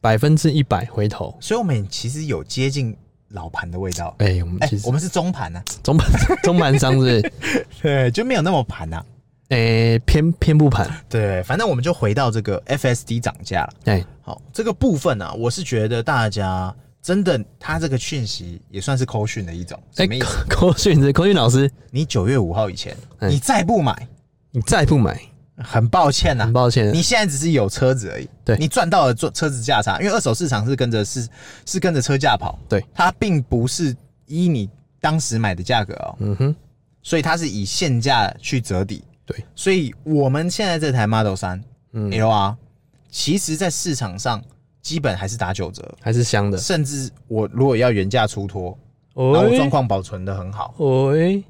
Speaker 1: 百分之一百回头，
Speaker 2: 所以我们其实有接近老盘的味道。
Speaker 1: 哎、我们
Speaker 2: 哎、
Speaker 1: 其实、
Speaker 2: 我们是中盘啊，
Speaker 1: 中盘中盘商是不是，
Speaker 2: [LAUGHS] 对，就没有那么盘啊。
Speaker 1: 哎、偏偏不盘，
Speaker 2: 对，反正我们就回到这个 FSD 涨价了。
Speaker 1: 哎、
Speaker 2: 好，这个部分啊，我是觉得大家真的，他这个讯息也算是抠讯的一种。什
Speaker 1: 哎
Speaker 2: 么意，思？
Speaker 1: [LAUGHS] 郭俊子，郭俊老师，
Speaker 2: 你九月五号以前，
Speaker 1: 哎
Speaker 2: 你再不买，
Speaker 1: 你再不买，
Speaker 2: 很抱歉呐、
Speaker 1: 很抱歉，
Speaker 2: 啊你现在只是有车子而已，
Speaker 1: 对
Speaker 2: 你赚到了做车子价差，因为二手市场是跟着是是跟着车价跑，
Speaker 1: 对，
Speaker 2: 它并不是依你当时买的价格哦，
Speaker 1: 嗯哼，
Speaker 2: 所以它是以现价去折抵，
Speaker 1: 对，
Speaker 2: 所以我们现在这台 Model 三
Speaker 1: 嗯
Speaker 2: L R，其实在市场上基本还是打九折，
Speaker 1: 还是香的，
Speaker 2: 甚至我如果要原价出脱，然后我状况保存的很好，
Speaker 1: 喂，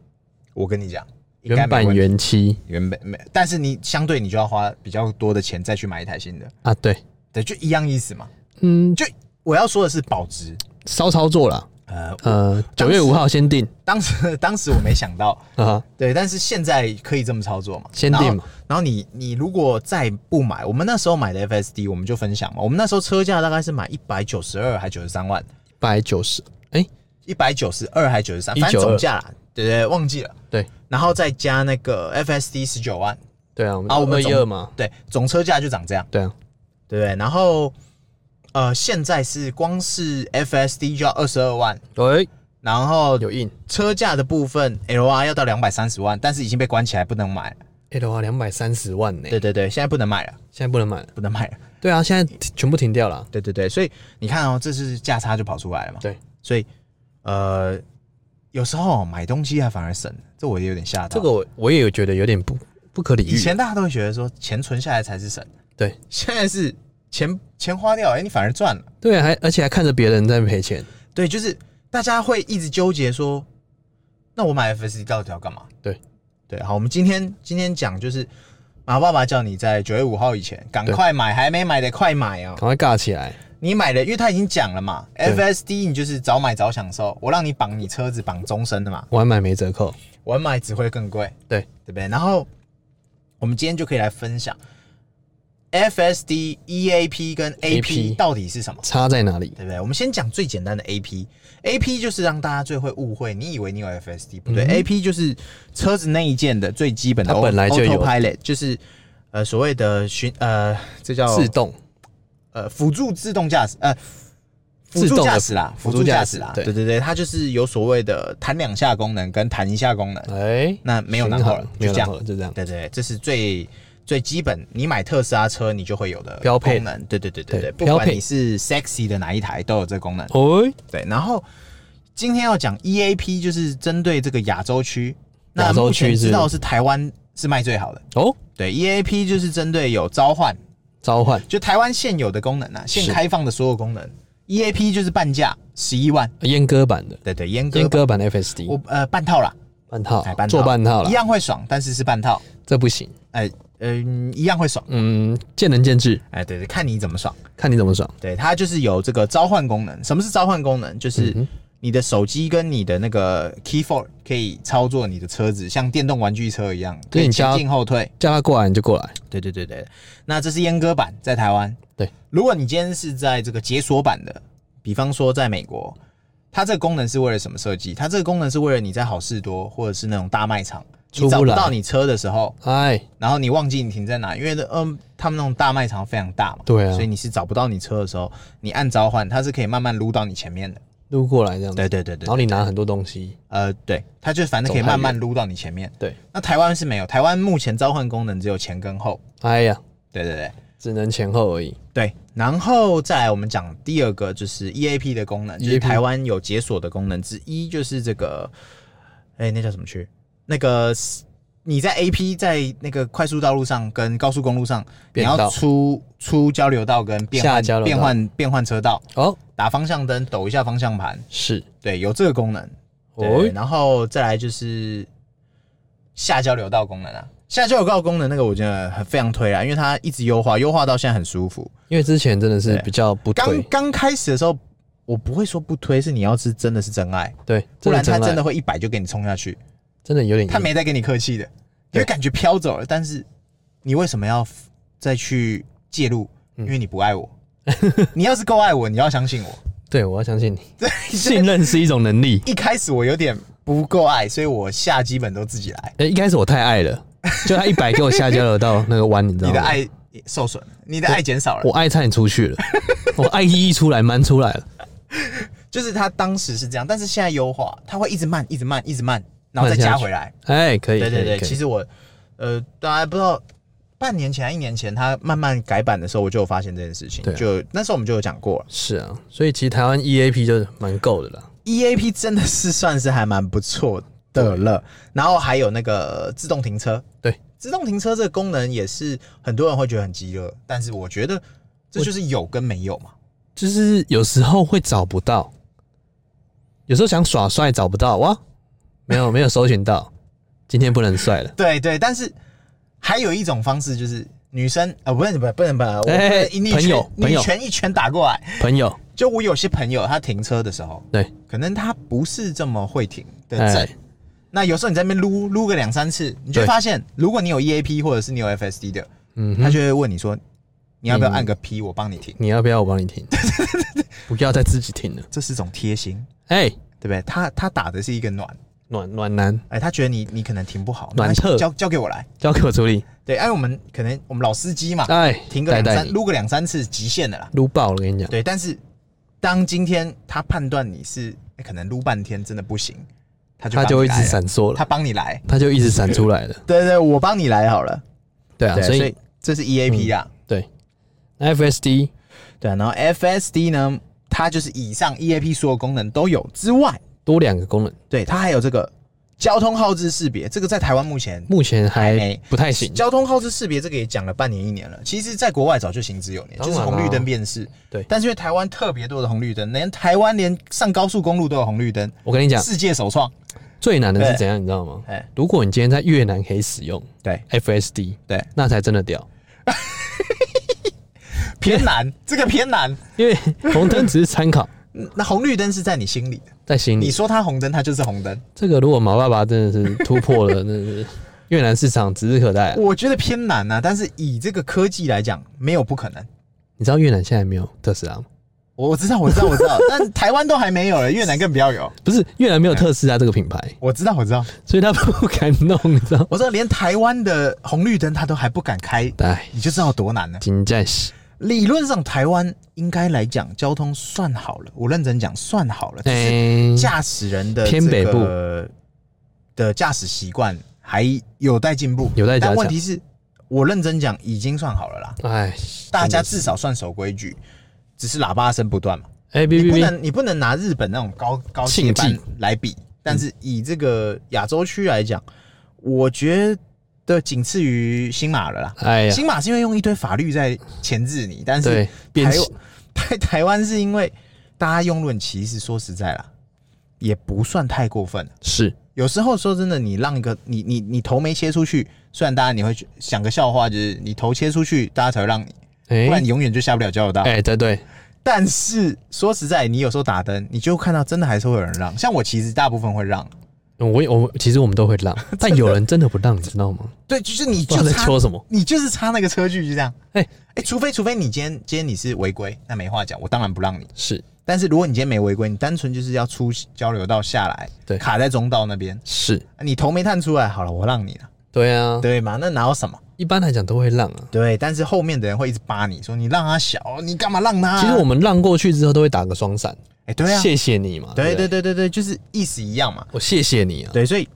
Speaker 2: 我跟你讲，应该
Speaker 1: 原
Speaker 2: 没
Speaker 1: 版
Speaker 2: 问题
Speaker 1: 原漆
Speaker 2: 原本没，但是你相对你就要花比较多的钱再去买一台新的，
Speaker 1: 啊，对，
Speaker 2: 对，就一样意思嘛。
Speaker 1: 嗯，
Speaker 2: 就我要说的是保值，
Speaker 1: 骚操作啦。
Speaker 2: 呃，
Speaker 1: 呃，
Speaker 2: 当
Speaker 1: 九月
Speaker 2: 时
Speaker 1: 五号先定
Speaker 2: 当时当时我没想到，
Speaker 1: 啊，
Speaker 2: 对，但是现在可以这么操作嘛？
Speaker 1: 先
Speaker 2: 然后
Speaker 1: 定嘛。
Speaker 2: 然后你你如果再不买，我们那时候买的 FSD 我们就分享嘛，我们那时候车价大概是买一百九十二还九十三万，
Speaker 1: 一百九十，哎，
Speaker 2: 一百九十二还九十三，反正
Speaker 1: 192
Speaker 2: 总价啦，对对对，忘记了。
Speaker 1: 对
Speaker 2: 然后再加那个 FSD 十九万，
Speaker 1: 对啊，我们
Speaker 2: 啊我们
Speaker 1: 二一
Speaker 2: 总
Speaker 1: 二嘛，
Speaker 2: 对，总车价就长这样。
Speaker 1: 对啊，
Speaker 2: 对不对？然后呃，现在是光是 FSD 就要二十二万，
Speaker 1: 喂，
Speaker 2: 然后
Speaker 1: 有印
Speaker 2: 车价的部分 LR 要到两百三十万，但是已经被关起来，不能买了。
Speaker 1: L R 哎啊两百三十万呢，
Speaker 2: 对对对，现在不能买了，
Speaker 1: 现在不能买了。
Speaker 2: 不能买了。
Speaker 1: 对啊，现在全部停掉了。
Speaker 2: 对对对，所以你看哦，这是价差就跑出来了嘛。
Speaker 1: 对，
Speaker 2: 所以呃，有时候买东西啊反而省，这我也有点吓到。
Speaker 1: 这个我我也有觉得有点不不可理
Speaker 2: 以
Speaker 1: 喻。
Speaker 2: 前大家都会觉得说钱存下来才是省，
Speaker 1: 对
Speaker 2: 现在是钱钱花掉，哎、你反而赚了。
Speaker 1: 对，还而且还看着别人在赔钱。
Speaker 2: 对，就是大家会一直纠结说，那我买 FSD 到底要干嘛？
Speaker 1: 对，
Speaker 2: 对，好，我们今天今天讲就是马爸爸叫你在九月五号以前赶快买，还没买的快买啊、
Speaker 1: 赶快尬起来，
Speaker 2: 你买的，因为他已经讲了嘛
Speaker 1: 对
Speaker 2: ，FSD 你就是早买早享受，我让你绑你车子绑终身的嘛，
Speaker 1: 晚买没折扣。
Speaker 2: 晚买只会更贵，
Speaker 1: 对
Speaker 2: 对不对？然后我们今天就可以来分享 FSD、EAP E 跟 AP
Speaker 1: AP
Speaker 2: 到底是什么。
Speaker 1: 差在哪里？
Speaker 2: 对不对？我们先讲最简单的 AP，AP 就是让大家最会误会，你以为你有 FSD，不对、
Speaker 1: 嗯
Speaker 2: a p 就是车子内建的最基本的 auto-
Speaker 1: 它
Speaker 2: autopilot，
Speaker 1: 本来就有
Speaker 2: Pilot，就是呃所谓的巡呃这叫
Speaker 1: 自动
Speaker 2: 呃辅助自动驾驶呃。辅
Speaker 1: 自
Speaker 2: 助
Speaker 1: 动的
Speaker 2: 驾驶啦，
Speaker 1: 辅
Speaker 2: 辅
Speaker 1: 助
Speaker 2: 助驾
Speaker 1: 驾
Speaker 2: 驶
Speaker 1: 驶
Speaker 2: 啦，
Speaker 1: 对
Speaker 2: 对对对，它就是有所谓的弹两下功能跟弹一下功能，
Speaker 1: 哎，
Speaker 2: 那没有拿
Speaker 1: 好
Speaker 2: 好了，
Speaker 1: 没有
Speaker 2: 就
Speaker 1: 拿
Speaker 2: 这样
Speaker 1: 好。了，就这样。
Speaker 2: 对对，对这是最最基本，你买特斯拉车你就会有的
Speaker 1: 标配
Speaker 2: 功能。对对对对
Speaker 1: 对
Speaker 2: 对，不
Speaker 1: 标
Speaker 2: 管
Speaker 1: 配
Speaker 2: 你是 sexy 的哪一台都有这个功能。
Speaker 1: 哦，
Speaker 2: 对，然后今天要讲 EAP，就是针对这个亚洲区。那
Speaker 1: 亚洲
Speaker 2: 目
Speaker 1: 区
Speaker 2: 前
Speaker 1: 是
Speaker 2: 知道是台湾是卖最好的。
Speaker 1: 哦，
Speaker 2: 对，EAP 就是针对有召唤，
Speaker 1: 召唤
Speaker 2: 就台湾现有的功能啊，现
Speaker 1: 是
Speaker 2: 开放的所有功能。EAP 就是半价十一万，
Speaker 1: 阉割版的，
Speaker 2: 对对，阉割
Speaker 1: 阉
Speaker 2: 版
Speaker 1: 割版的 FSD
Speaker 2: 我呃半套啦，
Speaker 1: 半套
Speaker 2: 哎，半套
Speaker 1: 哦做半套了
Speaker 2: 一，样会爽，但是是半套，
Speaker 1: 这不行。
Speaker 2: 哎、嗯、一样会爽，
Speaker 1: 嗯，见仁见智，
Speaker 2: 哎、对对，看你怎么爽。
Speaker 1: 看你怎么爽。
Speaker 2: 对，它就是有这个召唤功能。什么是召唤功能？就是
Speaker 1: 嗯
Speaker 2: 你的手机跟你的那个 key fob 可以操作你的车子，像电动玩具车一样，可
Speaker 1: 对
Speaker 2: 以
Speaker 1: 你加
Speaker 2: 前进后退。
Speaker 1: 叫他过来你就过来，
Speaker 2: 对对对对，那这是阉割版，在台湾。
Speaker 1: 对，
Speaker 2: 如果你今天是在这个解锁版的，比方说在美国，它这个功能是为了什么设计？它这个功能是为了你在好事多或者是那种大卖场，
Speaker 1: 出
Speaker 2: 你
Speaker 1: 不
Speaker 2: 找不
Speaker 1: 来
Speaker 2: 到你车的时候，
Speaker 1: 哎，
Speaker 2: 然后你忘记你停在哪，因为嗯，他们那种大卖场非常大嘛，
Speaker 1: 对啊
Speaker 2: 所以你是找不到你车的时候，你按召唤，它是可以慢慢撸到你前面的。
Speaker 1: 路过来这样子。
Speaker 2: 对对对
Speaker 1: 然
Speaker 2: 对，
Speaker 1: 后你拿很多东西，
Speaker 2: 呃，对，它就反正可以慢慢撸到你前面。
Speaker 1: 对，
Speaker 2: 那台湾是没有，台湾目前召唤功能只有前跟后。
Speaker 1: 哎呀，
Speaker 2: 对对对
Speaker 1: 只能前后而已。
Speaker 2: 对，然后再来我们讲第二个就是 EAP 的功能，就
Speaker 1: EAP
Speaker 2: 是台湾有解锁的功能之一，就是这个，哎、那叫什么区？那个你在 AP 在那个快速道路上跟高速公路上，你
Speaker 1: 变道
Speaker 2: 要出出交流道跟变
Speaker 1: 下
Speaker 2: 换
Speaker 1: 交流道
Speaker 2: 变换变换车道，
Speaker 1: 哦，
Speaker 2: 打方向灯，抖一下方向盘，
Speaker 1: 是，
Speaker 2: 对，有这个功能。
Speaker 1: 哦
Speaker 2: 对，，然后再来就是下交流道功能啊。下交流道功能那个我觉得很非常推啊，因为它一直优化，优化到现在很舒服。
Speaker 1: 因为之前真的是
Speaker 2: 对
Speaker 1: 比较不
Speaker 2: 刚
Speaker 1: 推，
Speaker 2: 刚开始的时候，我不会说不推，是你要是真的是真爱，
Speaker 1: 对，
Speaker 2: 不然
Speaker 1: 真
Speaker 2: 他
Speaker 1: 的
Speaker 2: 真的
Speaker 1: 爱
Speaker 2: 会一百就给你冲下去，
Speaker 1: 真的有点硬，
Speaker 2: 他没再跟你客气的，你
Speaker 1: 对
Speaker 2: 会感觉飘走了。但是你为什么要再去介入？
Speaker 1: 嗯
Speaker 2: 因为你不爱我。 [LAUGHS] 你要是够爱我，你要相信我。
Speaker 1: 对我要相信你，
Speaker 2: [LAUGHS] 对，
Speaker 1: 信任是一种能力。
Speaker 2: 一开始我有点不够爱，所以我下基本都自己来。
Speaker 1: 哎、一开始我太爱了，就他一百给我下交流到那个弯，你知
Speaker 2: 你
Speaker 1: 道
Speaker 2: 的
Speaker 1: 吗？
Speaker 2: 爱受损，你的爱减少了。
Speaker 1: 我爱差点出去了，我爱一一出来蛮出来了，
Speaker 2: 就是他当时是这样，但是现在优化，他会一直慢，一直慢，一直慢，然后再
Speaker 1: 慢下
Speaker 2: 加
Speaker 1: 去
Speaker 2: 回来。
Speaker 1: 哎、可以，
Speaker 2: 对对
Speaker 1: 可以
Speaker 2: 对，
Speaker 1: 可以
Speaker 2: 其实我呃，大家不知道半年前、一年前，他慢慢改版的时候，我就有发现这件事情。
Speaker 1: 对啊
Speaker 2: 就那时候我们就有讲过了
Speaker 1: 是啊，所以其实台湾 EAP 就蛮够的啦，
Speaker 2: ，EAP ，E 真的是算是还蛮不错的了。然后还有那个自动停车，
Speaker 1: 对，
Speaker 2: 自动停车这个功能也是很多人会觉得很饥饿，但是我觉得这就是有跟没有嘛。
Speaker 1: 就是有时候会找不到，有时候想耍帅找不到哇，没有没有搜寻到，今天不能帅了。
Speaker 2: 对对，但是还有一种方式就是女生啊，不是不是不能不能，我不
Speaker 1: 哎哎
Speaker 2: 能你
Speaker 1: 朋
Speaker 2: 一
Speaker 1: 友
Speaker 2: 拳你
Speaker 1: 朋友
Speaker 2: 一拳一拳打过来。
Speaker 1: 朋
Speaker 2: [LAUGHS]
Speaker 1: 友，
Speaker 2: 就我有些朋友，他停车的时候，
Speaker 1: 对，
Speaker 2: 可能他不是这么会停的正
Speaker 1: 哎，，
Speaker 2: 那有时候你在那边撸撸个两三次，你就会
Speaker 1: 对
Speaker 2: 发现，如果你有 EAP 或者是你有 FSD 的，
Speaker 1: 嗯
Speaker 2: 他
Speaker 1: 哼，
Speaker 2: 就会问你说，你要不要按个 P，我帮你停？
Speaker 1: 你要不要我帮你停？不要再自己停了。
Speaker 2: 这是种贴心，
Speaker 1: 哎、
Speaker 2: 对不对？他他打的是一个暖，
Speaker 1: 暖暖男，
Speaker 2: 哎，他觉得你你可能停不好，
Speaker 1: 暖
Speaker 2: 那
Speaker 1: 特
Speaker 2: 交交给我来。
Speaker 1: 交给我处理。
Speaker 2: 对，哎，我们可能我们老司机嘛，
Speaker 1: 哎，
Speaker 2: 停个
Speaker 1: 带
Speaker 2: 两
Speaker 1: 带
Speaker 2: 三
Speaker 1: 你，
Speaker 2: 撸个两三次极限的啦。
Speaker 1: 撸爆了，跟你讲。
Speaker 2: 对，但是当今天他判断你是、哎可能撸半天真的不行，他就
Speaker 1: 他就一
Speaker 2: 帮你
Speaker 1: 直
Speaker 2: 来了，
Speaker 1: 闪烁
Speaker 2: 他
Speaker 1: 了，
Speaker 2: 帮你来。
Speaker 1: 他就一直闪出来
Speaker 2: [LAUGHS]
Speaker 1: 了。
Speaker 2: 对对，我帮你来好了。
Speaker 1: 对啊，
Speaker 2: 对，
Speaker 1: 所
Speaker 2: 所
Speaker 1: 以嗯
Speaker 2: 以这是 EAP 啊。
Speaker 1: 对 FSD
Speaker 2: 对啊，然后 FSD 呢，它就是以上 EAP 所有功能都有之外，
Speaker 1: 多两个功能，
Speaker 2: 对它还有这个交通号志识别，这个在台湾目前
Speaker 1: 目前
Speaker 2: 还
Speaker 1: 还
Speaker 2: 没
Speaker 1: 不太行。
Speaker 2: 交通号志识别这个也讲了半年一年了，其实在国外早就行之有年，
Speaker 1: 当
Speaker 2: 就
Speaker 1: 然
Speaker 2: 是
Speaker 1: 啦
Speaker 2: 红绿灯辨识。
Speaker 1: 对
Speaker 2: 但是因为台湾特别多的红绿灯，连台湾连上高速公路都有红绿灯，
Speaker 1: 我跟你讲，
Speaker 2: 世界首创。
Speaker 1: 最难的是
Speaker 2: 对
Speaker 1: 怎样，你知道吗？
Speaker 2: 哎，
Speaker 1: 如果你今天在越南可以使用
Speaker 2: 对
Speaker 1: FSD，
Speaker 2: 对，
Speaker 1: 那才真的屌，
Speaker 2: 偏难，这个偏难。
Speaker 1: 因
Speaker 2: [LAUGHS]
Speaker 1: 为红灯只是参考，
Speaker 2: 嗯那红绿灯是在你心里的，
Speaker 1: 在心
Speaker 2: 你
Speaker 1: 里。
Speaker 2: 说它红灯，它就是红灯。
Speaker 1: 这个如果毛爸爸真的是突破了，那是 [LAUGHS] 越南市场指日可待啊。
Speaker 2: 我觉得偏难呐、啊，但是以这个科技来讲，没有不可能。
Speaker 1: 你知道越南现在没有特斯拉吗？
Speaker 2: 我知道，我知道，我 [LAUGHS] 知道，但台湾都还没有了，越南更不要有。
Speaker 1: 不是越南没有
Speaker 2: 啊
Speaker 1: 特斯拉这个品牌，
Speaker 2: 我知道，我知道，
Speaker 1: 所以他不敢弄，你知道吗？
Speaker 2: 我知道，连台湾的红绿灯它都还不敢开，
Speaker 1: 哎，
Speaker 2: 你就知道有多难了。啊
Speaker 1: 金在是，
Speaker 2: 理论上，台湾应该来讲交通算好了，我认真讲算好了，就是
Speaker 1: 哎，
Speaker 2: 驾驶人的
Speaker 1: 偏北部
Speaker 2: 这个的驾驶习惯还有待进步，
Speaker 1: 有待加强
Speaker 2: 但问题是，我认真讲已经算好了啦，
Speaker 1: 哎，
Speaker 2: 大家至少算守规矩，只是喇叭声不断嘛。
Speaker 1: 哎，别
Speaker 2: 你
Speaker 1: 别
Speaker 2: 不
Speaker 1: 别，
Speaker 2: 能你不能拿日本那种高高铁
Speaker 1: 庆
Speaker 2: 班
Speaker 1: 忌
Speaker 2: 来比，但是以这个亚洲区来讲，我觉得仅次于新马了啦。
Speaker 1: 哎呀，
Speaker 2: 新马是因为用一堆法律在钳制你，但是
Speaker 1: 对，
Speaker 2: 台
Speaker 1: 变形
Speaker 2: 台台湾是因为大家用论其实说实在啦，也不算太过分。
Speaker 1: 是
Speaker 2: 有时候说真的，你让一个你你你头没切出去，虽然大家你会想个笑话，就是你头切出去，大家才会让你，
Speaker 1: 哎
Speaker 2: 不然你永远就下不了交流道。
Speaker 1: 哎，对对，
Speaker 2: 但是说实在，你有时候打灯，你就看到真的还是会有人让。像我其实大部分会让，
Speaker 1: 我也我其实我们都会
Speaker 2: [LAUGHS]
Speaker 1: 让，但有人真的不让，你知道吗？
Speaker 2: 对，就是你
Speaker 1: 不知
Speaker 2: 就
Speaker 1: 道在
Speaker 2: 差，
Speaker 1: 说什么，
Speaker 2: 你就是差那个车距，就这样。
Speaker 1: 哎
Speaker 2: 哎，除非除非你今天今天你是违规，那没话讲，我当然不让你。
Speaker 1: 是
Speaker 2: 但是如果你今天没违规，你单纯就是要出交流道下来，
Speaker 1: 对
Speaker 2: 卡在中道那边，啊
Speaker 1: 是，
Speaker 2: 你头没探出来，好了，我让你了，
Speaker 1: 对啊，
Speaker 2: 对嘛？那哪有什么？
Speaker 1: 一般来讲都会让啊。
Speaker 2: 对，但是后面的人会一直扒你说你让他小，你干嘛让他？
Speaker 1: 其实我们让过去之后都会打个双闪，
Speaker 2: 哎，啊对啊，
Speaker 1: 谢谢你嘛，
Speaker 2: 对
Speaker 1: 不
Speaker 2: 对，对对对，就是意思一样嘛。
Speaker 1: 我谢谢你啊，
Speaker 2: 对，所以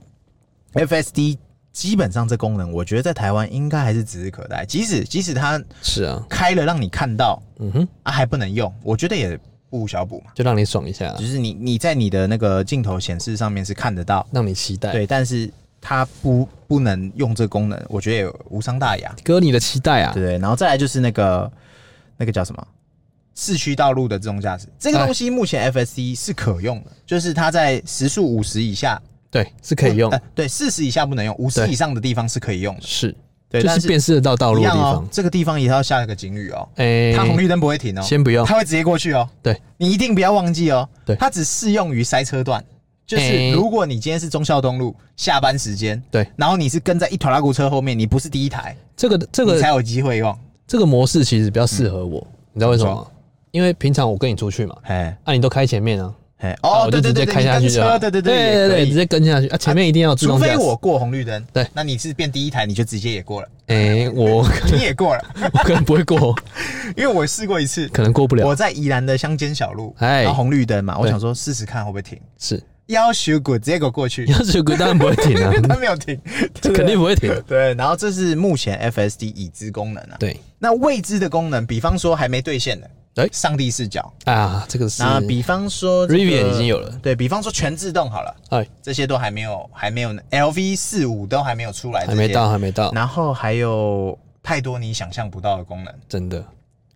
Speaker 2: FSD 基本上这功能，我觉得在台湾应该还是指日可待。即使即使它
Speaker 1: 是啊，
Speaker 2: 开了让你看到
Speaker 1: 嗯哼，
Speaker 2: 啊，还不能用，我觉得也不无小补嘛。
Speaker 1: 就让你爽一下啊
Speaker 2: 就，是你你在你的那个镜头显示上面是看得到，
Speaker 1: 让你期待，
Speaker 2: 对，但是它不不能用这功能，我觉得也无伤大雅，
Speaker 1: 哥你的期待啊
Speaker 2: 对，不对？然后再来就是那个那个叫什么？市区道路的自动驾驶这个
Speaker 1: 哎
Speaker 2: 东西，目前 FSD 是可用的，就是它在时速五十以下
Speaker 1: 对，是可以用
Speaker 2: [LAUGHS] 呃，对，四十以下不能用，五十
Speaker 1: 对
Speaker 2: 以上的地方是可以用的。
Speaker 1: 是，
Speaker 2: 对，
Speaker 1: 就
Speaker 2: 但
Speaker 1: 是辨识得到道
Speaker 2: 一
Speaker 1: 路的
Speaker 2: 样
Speaker 1: 地
Speaker 2: 哦
Speaker 1: 方，，
Speaker 2: 这个地方也要下一个警语哦，
Speaker 1: 哎，
Speaker 2: 它红绿灯不会停哦，
Speaker 1: 先不用，
Speaker 2: 它会直接过去哦。
Speaker 1: 对，
Speaker 2: 你一定不要忘记哦，
Speaker 1: 对
Speaker 2: 它只适用于塞车段，就
Speaker 1: 哎
Speaker 2: 是如果你今天是忠孝东路下班时间，
Speaker 1: 对，
Speaker 2: 然后你是跟在一坨拉古车后面，你不是第一台，
Speaker 1: 这个这
Speaker 2: 你
Speaker 1: 个
Speaker 2: 才有机会用。
Speaker 1: 这个模式其实比较适合我，你知道为什么
Speaker 2: 怎
Speaker 1: 吗？因为平常我跟你出去嘛，
Speaker 2: 哎
Speaker 1: 啊，你都开前面啊，
Speaker 2: 哎，
Speaker 1: 啊
Speaker 2: 哦，
Speaker 1: 我
Speaker 2: 对
Speaker 1: 就直接
Speaker 2: 对对，对
Speaker 1: 开
Speaker 2: 你
Speaker 1: 下去
Speaker 2: 跟
Speaker 1: 就
Speaker 2: 车，
Speaker 1: 好
Speaker 2: 对对
Speaker 1: 对
Speaker 2: 对
Speaker 1: 对对，
Speaker 2: 也
Speaker 1: 直
Speaker 2: 可
Speaker 1: 接
Speaker 2: 以
Speaker 1: 跟下去啊，前面一定要自
Speaker 2: 除
Speaker 1: 动驾驶
Speaker 2: 非我过红绿灯，
Speaker 1: 对
Speaker 2: 那你是变第一台，你就直接也过了，
Speaker 1: 哎，我 [LAUGHS]
Speaker 2: 你也过了， [LAUGHS]
Speaker 1: 我可能不会过，
Speaker 2: 因为我试过一次，
Speaker 1: 可能过不了
Speaker 2: 我，在宜兰的乡间小路，
Speaker 1: 啊哎
Speaker 2: 然后红绿灯嘛，我
Speaker 1: 对
Speaker 2: 想说试试看会不会停，
Speaker 1: 是， [LAUGHS]
Speaker 2: 要修果结果过去，
Speaker 1: 要是鬼当然不会停
Speaker 2: [LAUGHS]
Speaker 1: 啊，
Speaker 2: 他没有停，
Speaker 1: 这嗯 [LAUGHS] 肯定不会停，
Speaker 2: [LAUGHS] 对。然后这是目前 FSD 已知功能啊，
Speaker 1: 对
Speaker 2: 那未知的功能，比方说还没兑现的，
Speaker 1: 哎
Speaker 2: 上帝视角，
Speaker 1: 啊，这个是
Speaker 2: 那比方说这个
Speaker 1: Rivian 已经有了，
Speaker 2: 对比方说全自动好了，
Speaker 1: 哎，
Speaker 2: 这些都还没有，还没有 LV 四五都还没有出来，
Speaker 1: 还没
Speaker 2: 这些，
Speaker 1: 到，还没到，
Speaker 2: 然后还有太多你想象不到的功能。
Speaker 1: 真的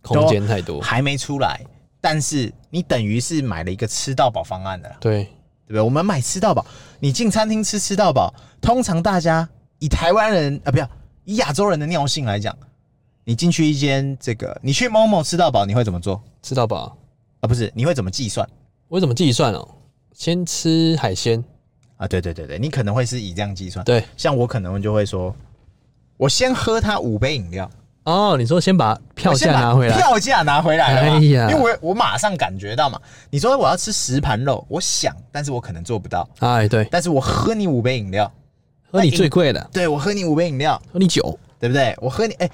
Speaker 1: 空间太多，
Speaker 2: 还没出来，但是你等于是买了一个吃到饱方案的啦。
Speaker 1: 对，
Speaker 2: 对不对？我们买吃到饱，你进餐厅吃吃到饱，通常大家以台湾人啊，不要以亚洲人的尿性来讲，你进去一间这个，你去某某吃到饱，你会怎么做
Speaker 1: 吃到饱。
Speaker 2: 啊？不是，你会怎么计算
Speaker 1: 我怎么计算哦？先吃海鲜，
Speaker 2: 啊？对对对对，你可能会是以这样计算。
Speaker 1: 对
Speaker 2: 像我可能就会说，我先喝他五杯饮料，
Speaker 1: 哦，你说先把票
Speaker 2: 我先
Speaker 1: 价
Speaker 2: 把
Speaker 1: 拿回来，
Speaker 2: 票价拿回来了嘛。
Speaker 1: 哎呀
Speaker 2: 因为我我马上感觉到嘛，你说我要吃十盘肉，我想，但是我可能做不到，
Speaker 1: 哎，对，
Speaker 2: 但是我喝你五杯饮料，
Speaker 1: 喝你最贵的，
Speaker 2: 对我喝你五杯饮料，
Speaker 1: 喝你酒，
Speaker 2: 对不对？我喝你，哎、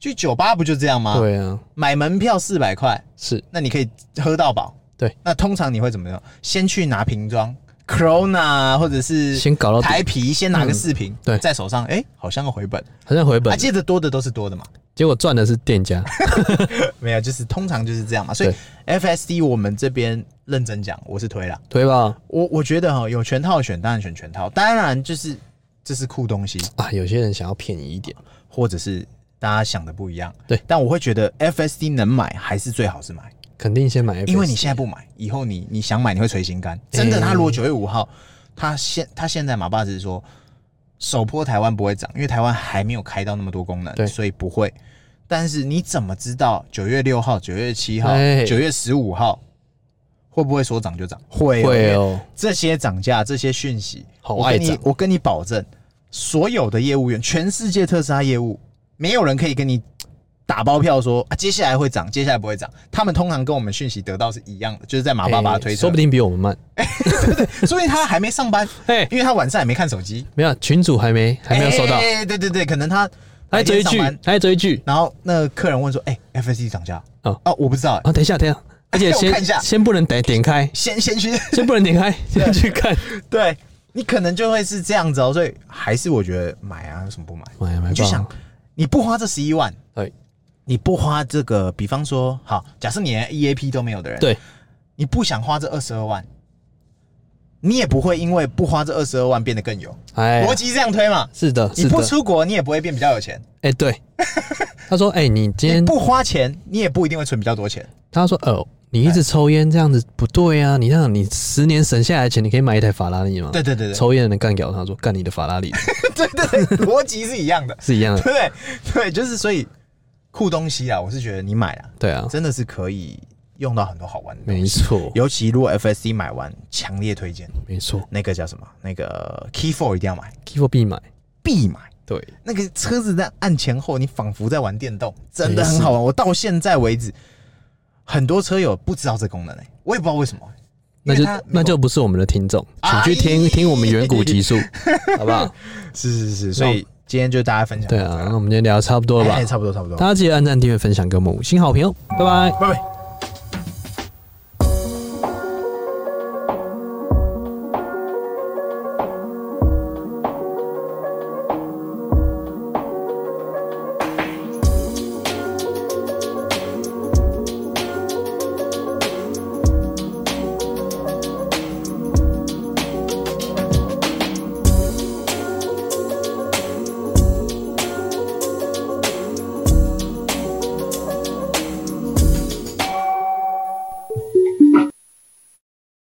Speaker 2: 去酒吧不就这样吗？，
Speaker 1: 对啊，
Speaker 2: 买门票四百块，
Speaker 1: 是
Speaker 2: 那你可以喝到饱。
Speaker 1: 对，
Speaker 2: 那通常你会怎么样？先去拿瓶装 Corona 或者是
Speaker 1: 先搞到底嗯
Speaker 2: 台啤，先拿个四瓶、
Speaker 1: 对
Speaker 2: 在手上，哎、好像个回本，
Speaker 1: 好像回
Speaker 2: 啊，
Speaker 1: 本，
Speaker 2: 接着多的都是多的嘛，
Speaker 1: 结果赚的是店家，
Speaker 2: 没有，就是通常就是这样嘛。所以 FSD 我们这边认真讲，我是推了，
Speaker 1: 对吧？
Speaker 2: 我我觉得哈，有全套的选当然选全套，当然就是这是酷东西，
Speaker 1: 啊，有些人想要便宜一点，
Speaker 2: 或者是大家想的不一样。
Speaker 1: 对，
Speaker 2: 但我会觉得 FSD 能买还是最好是买。
Speaker 1: 肯定先买 FSD，
Speaker 2: 因为你现在不买，以后你你想买你会捶心肝。真
Speaker 1: 嗯
Speaker 2: 的，他如果九月五号，他现他现在马爸是说，首波台湾不会涨，因为台湾还没有开到那么多功能，
Speaker 1: 对
Speaker 2: 所以不会。但是你怎么知道九月六号、九月七号、
Speaker 1: 哎
Speaker 2: 九月十五号会不会说涨就涨？会哦
Speaker 1: 会哦，
Speaker 2: 这些涨价这些讯息，
Speaker 1: 好
Speaker 2: 我跟
Speaker 1: 爱
Speaker 2: 你
Speaker 1: 涨
Speaker 2: 我跟你保证，所有的业务员，全世界特斯拉业务，没有人可以跟你打包票说啊，接下来会涨，接下来不会涨。他们通常跟我们讯息得到是一样的，就是在啊马爸爸
Speaker 1: 哎
Speaker 2: 推测，
Speaker 1: 说不定比我们慢，
Speaker 2: 所以他还没上班，
Speaker 1: 哎，
Speaker 2: 因为他晚上也没看手机，
Speaker 1: 没有群主还没还没有收到，
Speaker 2: 哎对对对，可能他
Speaker 1: 他还追
Speaker 2: 白天
Speaker 1: 剧
Speaker 2: 上班，
Speaker 1: 他还追剧
Speaker 2: 然后那个客人问说，哎、f s c 涨价
Speaker 1: 哦
Speaker 2: 哦，我不知道、
Speaker 1: 啊，等一下等一下，而且
Speaker 2: 哎我看一下
Speaker 1: 先先不能点点
Speaker 2: [LAUGHS]
Speaker 1: 开，
Speaker 2: 先先去。
Speaker 1: 先不能点开，先去看，
Speaker 2: 对你可能就会是这样子哦，所以还是我觉得买啊，有什么不买？
Speaker 1: 买买
Speaker 2: 你就
Speaker 1: 吧
Speaker 2: 想，你不花这十一万，
Speaker 1: 对
Speaker 2: 你不花这个，比方说，好，假设你连 EAP 都没有的人，，
Speaker 1: 对，
Speaker 2: 你不想花这二十二万，你也不会因为不花这二十二万变得更有，
Speaker 1: 哎
Speaker 2: 逻，辑这样推嘛。
Speaker 1: 是的，
Speaker 2: 你
Speaker 1: 是
Speaker 2: 不
Speaker 1: 的，
Speaker 2: 出国，你也不会变比较有钱；
Speaker 1: 哎，对，他说，哎，你今
Speaker 2: 你
Speaker 1: 天
Speaker 2: 不花钱，你也不一定会存比较多钱。
Speaker 1: 他说：“哦，你一直
Speaker 2: 哎
Speaker 1: 抽烟这样子不对啊！你让你十年省下来的钱，你可以买一台法拉利吗？”
Speaker 2: 对对对对，
Speaker 1: 抽烟的人干掉他说：“干你的法拉利，
Speaker 2: 对对对，逻辑是一样的 [LAUGHS]
Speaker 1: 是一样
Speaker 2: 对
Speaker 1: 的。
Speaker 2: 不对？对，就是所以酷东西啊，我是觉得你买了，”
Speaker 1: 对啊，
Speaker 2: 真的是可以用到很多好玩的东西。
Speaker 1: 没错，
Speaker 2: 尤其如果 FSD 买完，强烈推荐
Speaker 1: 没错
Speaker 2: 那个叫什么？那个 Key Four 一定要买，
Speaker 1: k e y f o r 必买。
Speaker 2: 必买。
Speaker 1: 对，
Speaker 2: 那个车子在按前后，你仿佛在玩电动，真的很好玩。我到现在为止，很多车友不知道这功能、欸、我也不知道为什么、
Speaker 1: 那
Speaker 2: 因
Speaker 1: 就
Speaker 2: 为他
Speaker 1: 那就不是我们的听众，请去听
Speaker 2: 哎
Speaker 1: 听我们远古集数，好不
Speaker 2: [LAUGHS]
Speaker 1: 好？
Speaker 2: 是是是，所以今天就大家分享到
Speaker 1: 对
Speaker 2: 这
Speaker 1: 啊，
Speaker 2: 了
Speaker 1: 那我们今天聊得差不多了吧
Speaker 2: 哎？差不多差不多，
Speaker 1: 大家记得按赞、订阅、分享给我们五星好评哦，拜拜。
Speaker 2: 拜拜。